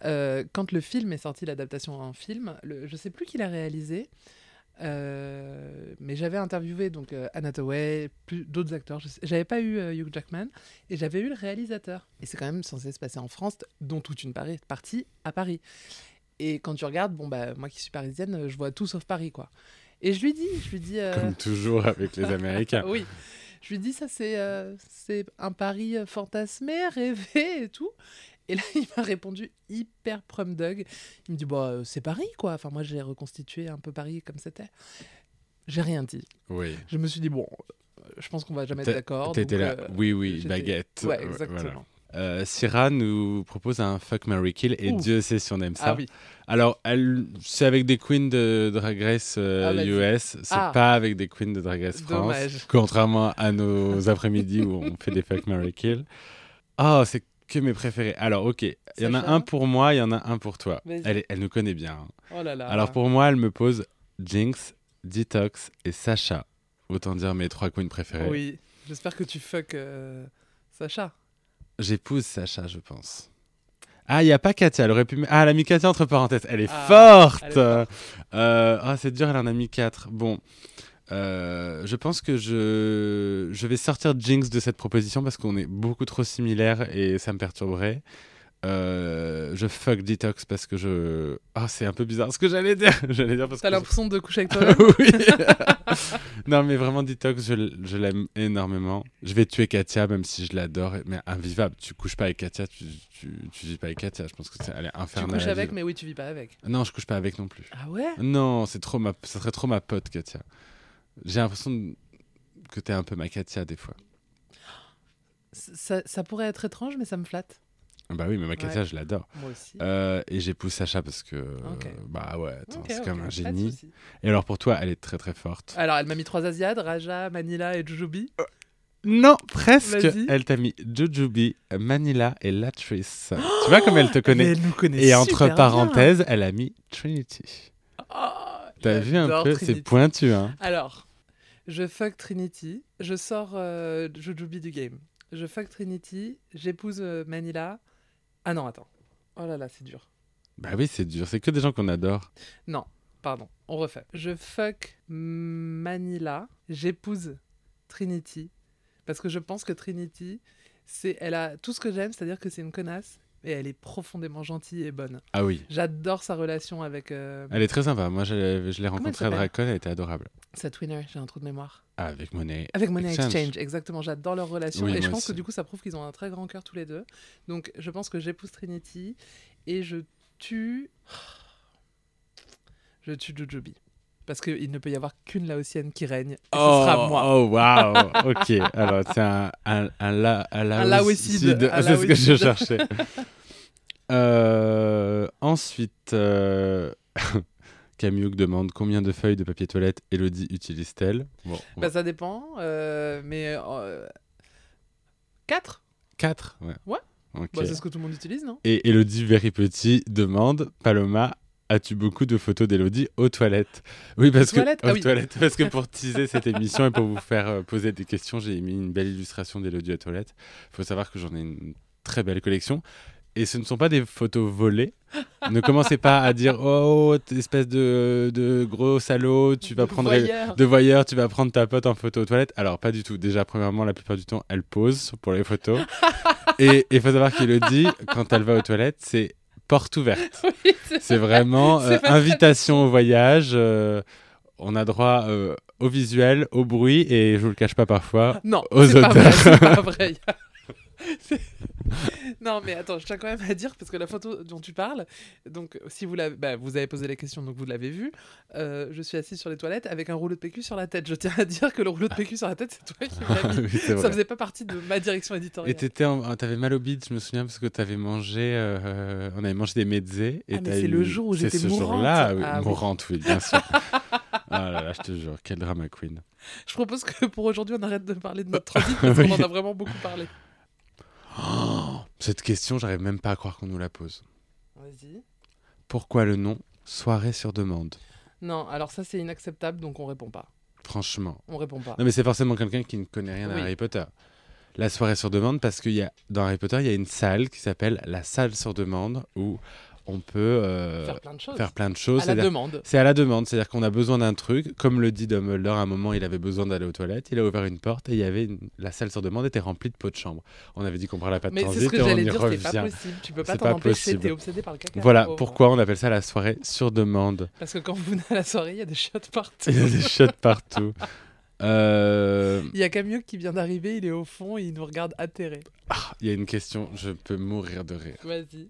[SPEAKER 1] Euh, quand le film est sorti, l'adaptation en film, le- je sais plus qui l'a réalisé, euh, mais j'avais interviewé donc euh, Anne Hathaway, plus d'autres acteurs. Je sais- J'avais pas eu euh, Hugh Jackman et j'avais eu le réalisateur. Et c'est quand même censé se passer en France, dont toute une pari- partie à Paris. Et quand tu regardes, bon bah moi qui suis parisienne, euh, je vois tout sauf Paris quoi. Et je lui dis, je lui dis. euh,
[SPEAKER 2] Comme toujours avec les Américains.
[SPEAKER 1] oui. Je lui dis ça, c'est euh, c'est un pari euh, fantasmé, rêvé et tout. Et là, il m'a répondu hyper prom dog. Il me dit bah euh, c'est Paris quoi. Enfin moi j'ai reconstitué un peu Paris comme c'était. J'ai rien dit.
[SPEAKER 2] Oui.
[SPEAKER 1] Je me suis dit bon, euh, je pense qu'on va jamais être
[SPEAKER 2] T'es-
[SPEAKER 1] d'accord.
[SPEAKER 2] T'étais
[SPEAKER 1] donc,
[SPEAKER 2] là,
[SPEAKER 1] euh,
[SPEAKER 2] oui, oui,
[SPEAKER 1] j'étais-
[SPEAKER 2] baguette.
[SPEAKER 1] Ouais
[SPEAKER 2] Euh,
[SPEAKER 1] exactement.
[SPEAKER 2] voilà. Euh, Syrah nous propose un Fuck Mary Kill et
[SPEAKER 1] Ouh.
[SPEAKER 2] Dieu sait si on aime ça.
[SPEAKER 1] Ah oui.
[SPEAKER 2] Alors, elle- c'est avec des queens de Drag Race euh,
[SPEAKER 1] Ah, vas-y.
[SPEAKER 2] US, c'est
[SPEAKER 1] Ah.
[SPEAKER 2] pas avec des queens de Drag Race France.
[SPEAKER 1] Dommage.
[SPEAKER 2] Contrairement à nos après-midi où on fait des Fuck Mary Kill. Oh, c'est que mes préférés. Alors, ok, il y en a
[SPEAKER 1] Sacha
[SPEAKER 2] un pour moi, il y en a un pour toi.
[SPEAKER 1] Vas-y.
[SPEAKER 2] Elle, est- elle nous connaît bien. hein.
[SPEAKER 1] Oh là là.
[SPEAKER 2] Alors, pour moi, elle me pose Jinx, Detox et Sacha. Autant dire mes trois queens préférées.
[SPEAKER 1] Oui. J'espère que tu fuck euh, Sacha.
[SPEAKER 2] J'épouse Sacha, je pense. Ah, il n'y a pas Katia, elle aurait pu... m- Ah, elle a mis Katia entre parenthèses, elle est
[SPEAKER 1] Ah,
[SPEAKER 2] forte
[SPEAKER 1] elle est forte.
[SPEAKER 2] Euh, Ah, c'est dur, elle en a mis 4. Bon, Euh, je pense que je... je vais sortir Jinx de cette proposition parce qu'on est beaucoup trop similaires et ça me perturberait. Euh, je fuck Detox parce que je... Ah, c'est un peu bizarre ce que j'allais dire J'allais dire parce
[SPEAKER 1] T'as
[SPEAKER 2] que...
[SPEAKER 1] l'impression de coucher avec toi-même.
[SPEAKER 2] oui Non, mais vraiment, Detox, je, l- je l'aime énormément. Je vais tuer Katia, même si je l'adore, mais invivable. Tu couches pas avec Katia, tu, tu, tu vis pas avec Katia. Je pense que c'est, elle est
[SPEAKER 1] tu
[SPEAKER 2] infernale.
[SPEAKER 1] couches
[SPEAKER 2] à
[SPEAKER 1] avec,
[SPEAKER 2] vivre.
[SPEAKER 1] mais oui, tu vis pas avec.
[SPEAKER 2] Non, je couche pas avec non plus.
[SPEAKER 1] Ah ouais.
[SPEAKER 2] Non, c'est trop ma, ça serait trop ma pote, Katia. J'ai l'impression de- que t'es un peu ma Katia des fois.
[SPEAKER 1] Ça, ça pourrait être étrange, mais ça me flatte.
[SPEAKER 2] Ah Bah oui, mais ma Katia,
[SPEAKER 1] Ouais.
[SPEAKER 2] je l'adore.
[SPEAKER 1] Moi aussi.
[SPEAKER 2] Euh, et j'épouse Sacha parce que. euh,
[SPEAKER 1] Ok.
[SPEAKER 2] Bah ouais, attends,
[SPEAKER 1] Ok,
[SPEAKER 2] c'est comme
[SPEAKER 1] ok,
[SPEAKER 2] un
[SPEAKER 1] pas de
[SPEAKER 2] génie.
[SPEAKER 1] souci.
[SPEAKER 2] Et alors pour toi, elle est très très forte.
[SPEAKER 1] Alors, elle m'a mis trois Asiades, Raja, Manila et Jujubi.
[SPEAKER 2] Non, presque.
[SPEAKER 1] Vas-y.
[SPEAKER 2] Elle t'a mis Jujubee, Manila et Latrice. tu vois comme elle te connaît.
[SPEAKER 1] elle nous connaît
[SPEAKER 2] Et entre
[SPEAKER 1] super
[SPEAKER 2] parenthèses, elle a mis Trinity.
[SPEAKER 1] bien. Ah,
[SPEAKER 2] T'as vu un
[SPEAKER 1] j'adore
[SPEAKER 2] peu C'est
[SPEAKER 1] Trinity.
[SPEAKER 2] pointu, hein
[SPEAKER 1] Alors, je fuck Trinity, je sors euh, Jujubi du game. Je fuck Trinity, j'épouse euh, Manila. Ah non, attends. Oh là là, c'est dur.
[SPEAKER 2] Bah oui, c'est dur. C'est que des gens qu'on adore.
[SPEAKER 1] Pardon, on refait. Je fuck Manila, j'épouse Trinity, parce que je pense que Trinity, c'est, elle a tout ce que j'aime, c'est-à-dire que c'est une connasse, et elle est profondément gentille et bonne.
[SPEAKER 2] Ah oui.
[SPEAKER 1] J'adore sa relation avec euh,
[SPEAKER 2] Elle est très sympa. Moi, je, je l'ai rencontrée à
[SPEAKER 1] s'appelle
[SPEAKER 2] Dracon. Elle était adorable.
[SPEAKER 1] sa twinner, j'ai un trou de mémoire.
[SPEAKER 2] Ah, avec Monet.
[SPEAKER 1] Avec Money
[SPEAKER 2] Exchange.
[SPEAKER 1] Exchange, exactement. J'adore leur relation.
[SPEAKER 2] Oui,
[SPEAKER 1] et je
[SPEAKER 2] moi
[SPEAKER 1] pense
[SPEAKER 2] aussi.
[SPEAKER 1] que du coup, ça prouve qu'ils ont un très grand cœur tous les deux. Donc, je pense que j'épouse Trinity et je tue. Je tue Jojobi. Parce qu'il ne peut y avoir qu'une laotienne qui règne. Et
[SPEAKER 2] Oh,
[SPEAKER 1] ce sera moi.
[SPEAKER 2] oh, waouh. ok. Alors, c'est un, un, un, la, un,
[SPEAKER 1] laoïcide,
[SPEAKER 2] laoïcide.
[SPEAKER 1] un
[SPEAKER 2] C'est ce que je
[SPEAKER 1] laoïcide.
[SPEAKER 2] cherchais. Euh, ensuite, euh, Camille demande combien de feuilles de papier toilette Elodie utilise-t-elle bon, on va-
[SPEAKER 1] Bah, ça dépend. euh, mais. 4
[SPEAKER 2] Quatre Ouais.
[SPEAKER 1] Ouais.
[SPEAKER 2] Ok.
[SPEAKER 1] Bah, C'est ce que tout le monde utilise, non
[SPEAKER 2] Et Elodie Very Petit demande Paloma, as-tu beaucoup de photos d'Elodie aux toilettes Oui, parce que
[SPEAKER 1] toilettes Ah
[SPEAKER 2] aux
[SPEAKER 1] oui.
[SPEAKER 2] toilettes, parce que pour teaser cette émission et pour vous faire euh, poser des questions, j'ai mis une belle illustration d'Elodie aux toilettes. Il faut savoir que j'en ai une très belle collection. Et ce ne sont pas des photos volées. ne commencez pas à dire Oh, t'es espèce de, de gros salaud, tu vas
[SPEAKER 1] De
[SPEAKER 2] prendre
[SPEAKER 1] voyeur.
[SPEAKER 2] de voyeur, tu vas prendre ta pote en photo aux toilettes. Alors, pas du tout. Déjà, premièrement, la plupart du temps, elle pose pour les photos. et il faut savoir qu'Elodie, quand elle va aux toilettes, c'est porte ouverte.
[SPEAKER 1] Oui, c'est-
[SPEAKER 2] C'est vraiment
[SPEAKER 1] C'est
[SPEAKER 2] euh,
[SPEAKER 1] pas-
[SPEAKER 2] invitation au voyage. euh, on a droit euh, au visuel, au bruit, et je vous le cache pas parfois.
[SPEAKER 1] Non,
[SPEAKER 2] Aux
[SPEAKER 1] c'est pas vrai,
[SPEAKER 2] odeurs.
[SPEAKER 1] c'est pas vrai. C'est- non, mais attends, je tiens quand même à dire, parce que la photo dont tu parles, donc si vous l'avez, bah, vous avez posé la question, donc vous l'avez vue, euh, je suis assise sur les toilettes avec un rouleau de PQ sur la tête. Je tiens à dire que le rouleau de PQ sur la tête, c'est toi qui l'as mis.
[SPEAKER 2] Oui, c'est
[SPEAKER 1] Ça
[SPEAKER 2] vrai.
[SPEAKER 1] faisait pas partie de ma direction
[SPEAKER 2] Et
[SPEAKER 1] éditoriale.
[SPEAKER 2] t'étais en- ah, t'avais mal au bide, je me souviens, parce que t'avais mangé. euh, on avait mangé des mezzés. et
[SPEAKER 1] Ah, mais
[SPEAKER 2] t'as
[SPEAKER 1] c'est
[SPEAKER 2] eu-
[SPEAKER 1] le jour où
[SPEAKER 2] c'est
[SPEAKER 1] j'étais
[SPEAKER 2] ce
[SPEAKER 1] mourante.
[SPEAKER 2] jour-là, oui,
[SPEAKER 1] Ah, oui.
[SPEAKER 2] mourante, oui, bien sûr. Ah là là, je te jure, quel drama queen.
[SPEAKER 1] Je propose que pour aujourd'hui, on arrête de parler de notre transit parce qu'on en a vraiment beaucoup parlé.
[SPEAKER 2] Oh, cette question, j'arrive même pas à croire qu'on nous la pose.
[SPEAKER 1] Vas-y.
[SPEAKER 2] Pourquoi le nom soirée sur demande
[SPEAKER 1] Non, alors ça, c'est inacceptable, donc on répond pas.
[SPEAKER 2] Franchement.
[SPEAKER 1] On répond pas.
[SPEAKER 2] Non, mais c'est forcément quelqu'un qui ne connaît rien à
[SPEAKER 1] Oui.
[SPEAKER 2] Harry Potter. La soirée sur demande, parce qu'il y a, dans Harry Potter, il y a une salle qui s'appelle la salle sur demande où on peut euh,
[SPEAKER 1] Faire plein de choses.
[SPEAKER 2] faire plein de choses.
[SPEAKER 1] à la
[SPEAKER 2] c'est-à-dire-
[SPEAKER 1] demande.
[SPEAKER 2] C'est à la demande, c'est-à-dire qu'on a besoin d'un truc. Comme le dit Dumbledore, à un moment, il avait besoin d'aller aux toilettes, il a ouvert une porte et il y avait une- la salle sur demande était remplie de pots de chambre. On avait dit qu'on prendrait pas de
[SPEAKER 1] Mais c'est ce
[SPEAKER 2] transit
[SPEAKER 1] que
[SPEAKER 2] et on
[SPEAKER 1] j'allais
[SPEAKER 2] y
[SPEAKER 1] dire, c'est pas
[SPEAKER 2] revient.
[SPEAKER 1] possible. Oh. Tu peux pas
[SPEAKER 2] C'est
[SPEAKER 1] t'en
[SPEAKER 2] pas
[SPEAKER 1] empêcher,
[SPEAKER 2] possible.
[SPEAKER 1] t'es obsédé par le caca.
[SPEAKER 2] Voilà
[SPEAKER 1] pauvre.
[SPEAKER 2] pourquoi on appelle ça la soirée sur demande.
[SPEAKER 1] Parce que quand vous venez à la soirée, il y a des chiottes partout.
[SPEAKER 2] Il y a des shots partout. Euh,
[SPEAKER 1] Il y a Camille qui vient d'arriver, il est au fond et il nous regarde atterré.
[SPEAKER 2] ah, il y a une question, je peux mourir de rire.
[SPEAKER 1] Vas-y.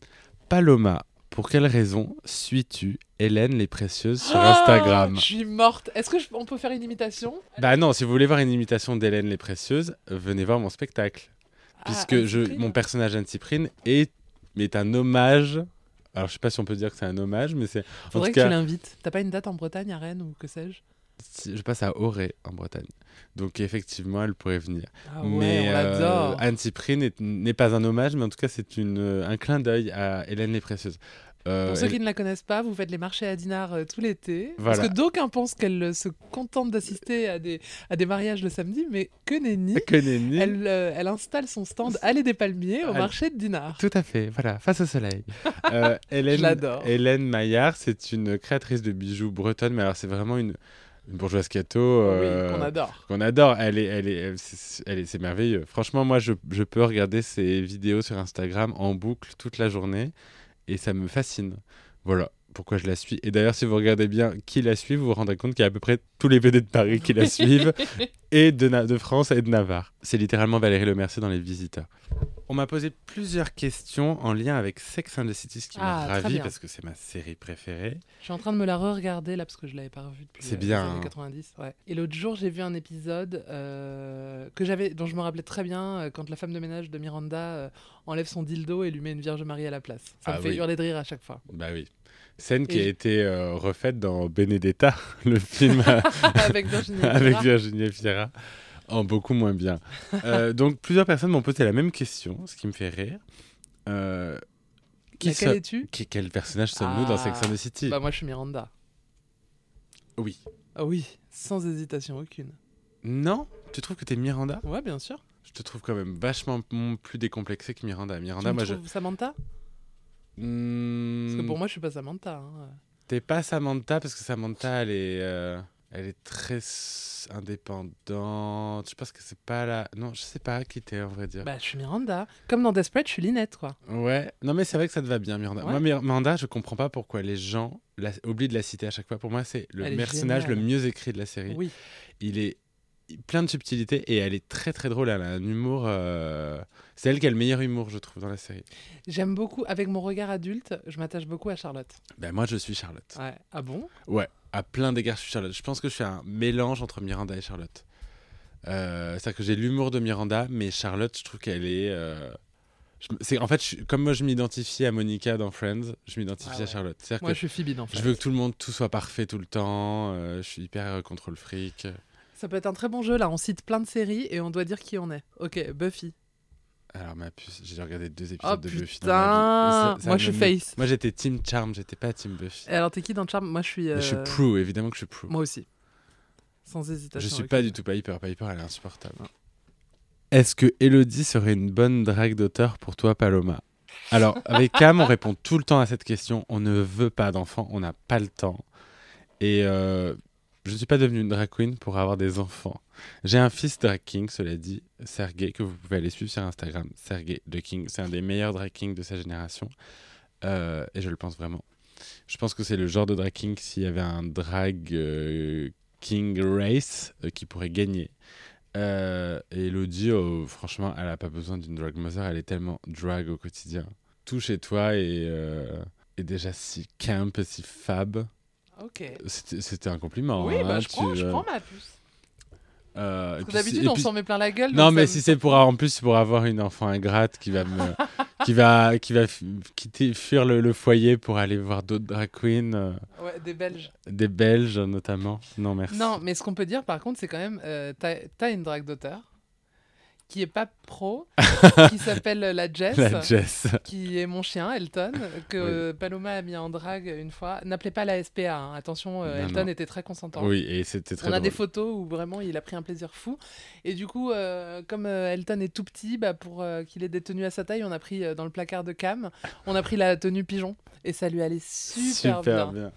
[SPEAKER 2] Paloma, pour quelle raison suis-tu Hélène les Précieuses sur
[SPEAKER 1] Ah,
[SPEAKER 2] Instagram
[SPEAKER 1] je suis morte. Est-ce que je- on peut faire une imitation
[SPEAKER 2] Bah non, si vous voulez voir une imitation d'Hélène les Précieuses, venez voir mon spectacle. puisque
[SPEAKER 1] Ah,
[SPEAKER 2] je,
[SPEAKER 1] Anne-Cyprine.
[SPEAKER 2] mon personnage Anne-Cyprine est, est un hommage. Alors, je sais pas si on peut dire que c'est un hommage, mais c'est. En
[SPEAKER 1] Faudrait
[SPEAKER 2] tout
[SPEAKER 1] que tu
[SPEAKER 2] cas,
[SPEAKER 1] l'invites. T'as pas une date en Bretagne, à Rennes ou que sais-je
[SPEAKER 2] si- je passe à Auray, en Bretagne. Donc, effectivement, elle pourrait venir.
[SPEAKER 1] Ah ouais,
[SPEAKER 2] mais
[SPEAKER 1] on
[SPEAKER 2] euh,
[SPEAKER 1] l'adore.
[SPEAKER 2] Anne-Cyprine est- n'est pas un hommage, mais en tout cas, c'est une, euh, un clin d'œil à Hélène les Précieuses. Euh,
[SPEAKER 1] Pour ceux
[SPEAKER 2] elle-
[SPEAKER 1] qui ne la connaissent pas, vous faites les marchés à Dinard euh, tout l'été. Parce
[SPEAKER 2] Voilà.
[SPEAKER 1] que d'aucun pense qu'elle euh, se contente d'assister à des, à des mariages le samedi, mais que nenni.
[SPEAKER 2] que nenni.
[SPEAKER 1] Elle, euh, elle installe son stand Allée des Palmiers au
[SPEAKER 2] Allez.
[SPEAKER 1] marché de Dinard.
[SPEAKER 2] Tout à fait, voilà, face au soleil. Euh, Hélène,
[SPEAKER 1] Je l'adore.
[SPEAKER 2] Hélène Maillard, c'est une créatrice de bijoux bretonne, mais alors c'est vraiment une, une bourgeoise gâteau.
[SPEAKER 1] Oh
[SPEAKER 2] euh,
[SPEAKER 1] Oui, qu'on adore.
[SPEAKER 2] qu'on adore. Elle est, elle est, elle- c'est- elle est- c'est merveilleux. Franchement, moi, je, je peux regarder ses vidéos sur Instagram en boucle toute la journée et ça me fascine. Voilà pourquoi je la suis. Et d'ailleurs, si vous regardez bien qui la suit, vous vous rendrez compte qu'il y a à peu près tous les PD de Paris qui la suivent et de, Na- de France et de Navarre. C'est littéralement Valérie Le Mercier dans Les Visiteurs. On m'a posé plusieurs questions en lien avec Sex and the City, ce qui
[SPEAKER 1] Ah,
[SPEAKER 2] m'a
[SPEAKER 1] très
[SPEAKER 2] ravi
[SPEAKER 1] bien.
[SPEAKER 2] parce que c'est ma série préférée.
[SPEAKER 1] Je suis en train de me la re-regarder là parce que je l'avais pas revue depuis
[SPEAKER 2] C'est
[SPEAKER 1] euh,
[SPEAKER 2] bien,
[SPEAKER 1] les années
[SPEAKER 2] hein.
[SPEAKER 1] 90. ouais. Et l'autre jour, j'ai vu un épisode euh, que j'avais, dont je me rappelais très bien euh, quand la femme de ménage de Miranda euh, enlève son dildo et lui met une Vierge Marie à la place. Ça
[SPEAKER 2] Ah
[SPEAKER 1] me fait
[SPEAKER 2] oui.
[SPEAKER 1] hurler de rire à chaque fois.
[SPEAKER 2] Bah oui. Scène qui
[SPEAKER 1] Et
[SPEAKER 2] a
[SPEAKER 1] je-
[SPEAKER 2] été euh, refaite dans Benedetta, le film
[SPEAKER 1] Avec Virginie.
[SPEAKER 2] avec
[SPEAKER 1] Efira.
[SPEAKER 2] Virginie Fira en Oh, beaucoup moins bien. Euh, donc plusieurs personnes m'ont posé la même question, ce qui me fait rire. Euh, qui
[SPEAKER 1] Laquelle
[SPEAKER 2] so-
[SPEAKER 1] es-tu
[SPEAKER 2] qui- quel personnage sommes-nous dans
[SPEAKER 1] Ah.
[SPEAKER 2] Sex and the City
[SPEAKER 1] Bah moi, je suis Miranda.
[SPEAKER 2] Oui.
[SPEAKER 1] Ah oui, sans hésitation aucune.
[SPEAKER 2] Non Tu trouves que t'es Miranda
[SPEAKER 1] Ouais, bien sûr.
[SPEAKER 2] Je te trouve quand même vachement m- plus décomplexé que Miranda.
[SPEAKER 1] Tu
[SPEAKER 2] Miranda,
[SPEAKER 1] me
[SPEAKER 2] moi
[SPEAKER 1] trouves Samantha
[SPEAKER 2] je.
[SPEAKER 1] Parce
[SPEAKER 2] Hmm,
[SPEAKER 1] que pour moi, je suis pas Samantha. hein.
[SPEAKER 2] T'es pas Samantha parce que Samantha, elle est, euh, elle est très s- indépendante. Je pense que c'est pas la. Non, je sais pas qui t'es en vrai dire.
[SPEAKER 1] Bah, je suis Miranda. Comme dans Desperate, je suis Linette, quoi.
[SPEAKER 2] Ouais, non mais c'est vrai que ça te va bien Miranda.
[SPEAKER 1] Ouais.
[SPEAKER 2] Moi Mir- Miranda, je comprends pas pourquoi les gens la- oublient de la citer à chaque fois. Pour moi, c'est le
[SPEAKER 1] Elle est
[SPEAKER 2] personnage le
[SPEAKER 1] géniale.
[SPEAKER 2] mieux écrit de la série.
[SPEAKER 1] Oui.
[SPEAKER 2] Il est plein de subtilité et elle est très très drôle. Elle a un humour. euh, C'est elle qui a le meilleur humour, je trouve, dans la série.
[SPEAKER 1] J'aime beaucoup, avec mon regard adulte, je m'attache beaucoup à Charlotte.
[SPEAKER 2] Ben moi, je suis Charlotte.
[SPEAKER 1] Ouais. Ah bon
[SPEAKER 2] Ouais, à plein d'égards, je suis Charlotte. Je pense que je suis un mélange entre Miranda et Charlotte. Euh, C'est-à-dire que j'ai l'humour de Miranda, mais Charlotte, je trouve qu'elle est. euh, je me- c'est- En fait, je suis- comme moi, je m'identifie à Monica dans Friends, je m'identifie
[SPEAKER 1] Ah ouais.
[SPEAKER 2] à Charlotte. C'est-à-dire
[SPEAKER 1] Moi,
[SPEAKER 2] que
[SPEAKER 1] je suis Phoebe, en fait.
[SPEAKER 2] Je veux que tout le monde, tout soit parfait tout le temps. euh, je suis hyper euh, contrôle fric.
[SPEAKER 1] Ça peut être un très bon jeu, là. On cite plein de séries et on doit dire qui on est. Ok, Buffy.
[SPEAKER 2] Alors ma puce, j'ai regardé deux épisodes
[SPEAKER 1] Oh
[SPEAKER 2] de
[SPEAKER 1] putain
[SPEAKER 2] Buffy. dans ma vie. Ça- ça
[SPEAKER 1] Moi,
[SPEAKER 2] me
[SPEAKER 1] je suis
[SPEAKER 2] met-
[SPEAKER 1] Face.
[SPEAKER 2] Moi j'étais Team Charm, j'étais pas Team Buffy.
[SPEAKER 1] Et Alors, t'es qui dans Charm Moi, je suis...
[SPEAKER 2] Mais Je suis
[SPEAKER 1] euh,
[SPEAKER 2] Prue, évidemment que je suis Prue.
[SPEAKER 1] Moi aussi. Sans hésitation.
[SPEAKER 2] Je suis
[SPEAKER 1] aucune.
[SPEAKER 2] pas du tout Piper. Piper, elle est insupportable. Est-ce que Elodie serait une bonne drague d'auteur pour toi, Paloma Alors, avec Cam, on répond tout le temps à cette question. On ne veut pas d'enfants, on n'a pas le temps. Et euh, je ne suis pas devenue une drag queen pour avoir des enfants. J'ai un fils drag king, cela dit, Sergei, que vous pouvez aller suivre sur Instagram. Sergei the King, c'est un des meilleurs drag kings de sa génération. Euh, et je le pense vraiment. Je pense que c'est le genre de drag king s'il y avait un drag euh, King Race euh, qui pourrait gagner. Euh, et Elodie, euh, franchement, elle n'a pas besoin d'une drag mother, elle est tellement drag au quotidien. Tout chez toi et, euh, et déjà si camp et si fab.
[SPEAKER 1] Ok.
[SPEAKER 2] C'était c'était un compliment.
[SPEAKER 1] oui,
[SPEAKER 2] hein,
[SPEAKER 1] bah, je,
[SPEAKER 2] tu,
[SPEAKER 1] prends, je
[SPEAKER 2] euh,
[SPEAKER 1] prends ma puce.
[SPEAKER 2] euh, et
[SPEAKER 1] Parce que
[SPEAKER 2] puis si-
[SPEAKER 1] d'habitude,
[SPEAKER 2] et
[SPEAKER 1] on
[SPEAKER 2] puis-
[SPEAKER 1] s'en met plein la gueule.
[SPEAKER 2] Non,
[SPEAKER 1] donc
[SPEAKER 2] mais
[SPEAKER 1] ça
[SPEAKER 2] si
[SPEAKER 1] me-
[SPEAKER 2] c'est pour en plus c'est pour avoir une enfant ingrate qui va me qui va, qui va f- quitter, fuir le, le foyer pour aller voir d'autres drag queens, euh,
[SPEAKER 1] Ouais, des Belges.
[SPEAKER 2] des Belges notamment. Non, merci.
[SPEAKER 1] Non, mais ce qu'on peut dire par contre, c'est quand même, euh, t'as as une drague d'auteur qui est pas pro, qui s'appelle la Jess,
[SPEAKER 2] La Jess.
[SPEAKER 1] qui est mon chien, Elton, que Paloma a mis en drague une fois. N'appelez pas la SPA, hein. attention, euh,
[SPEAKER 2] Non,
[SPEAKER 1] Elton
[SPEAKER 2] non.
[SPEAKER 1] était très consentant.
[SPEAKER 2] Oui, et c'était très
[SPEAKER 1] On a des
[SPEAKER 2] drôle.
[SPEAKER 1] photos où vraiment il a pris un plaisir fou. Et du coup, euh, comme euh, Elton est tout petit, bah, pour euh, qu'il ait des tenues à sa taille, on a pris euh, dans le placard de Cam, on a pris la tenue pigeon. Et ça lui allait super, bien.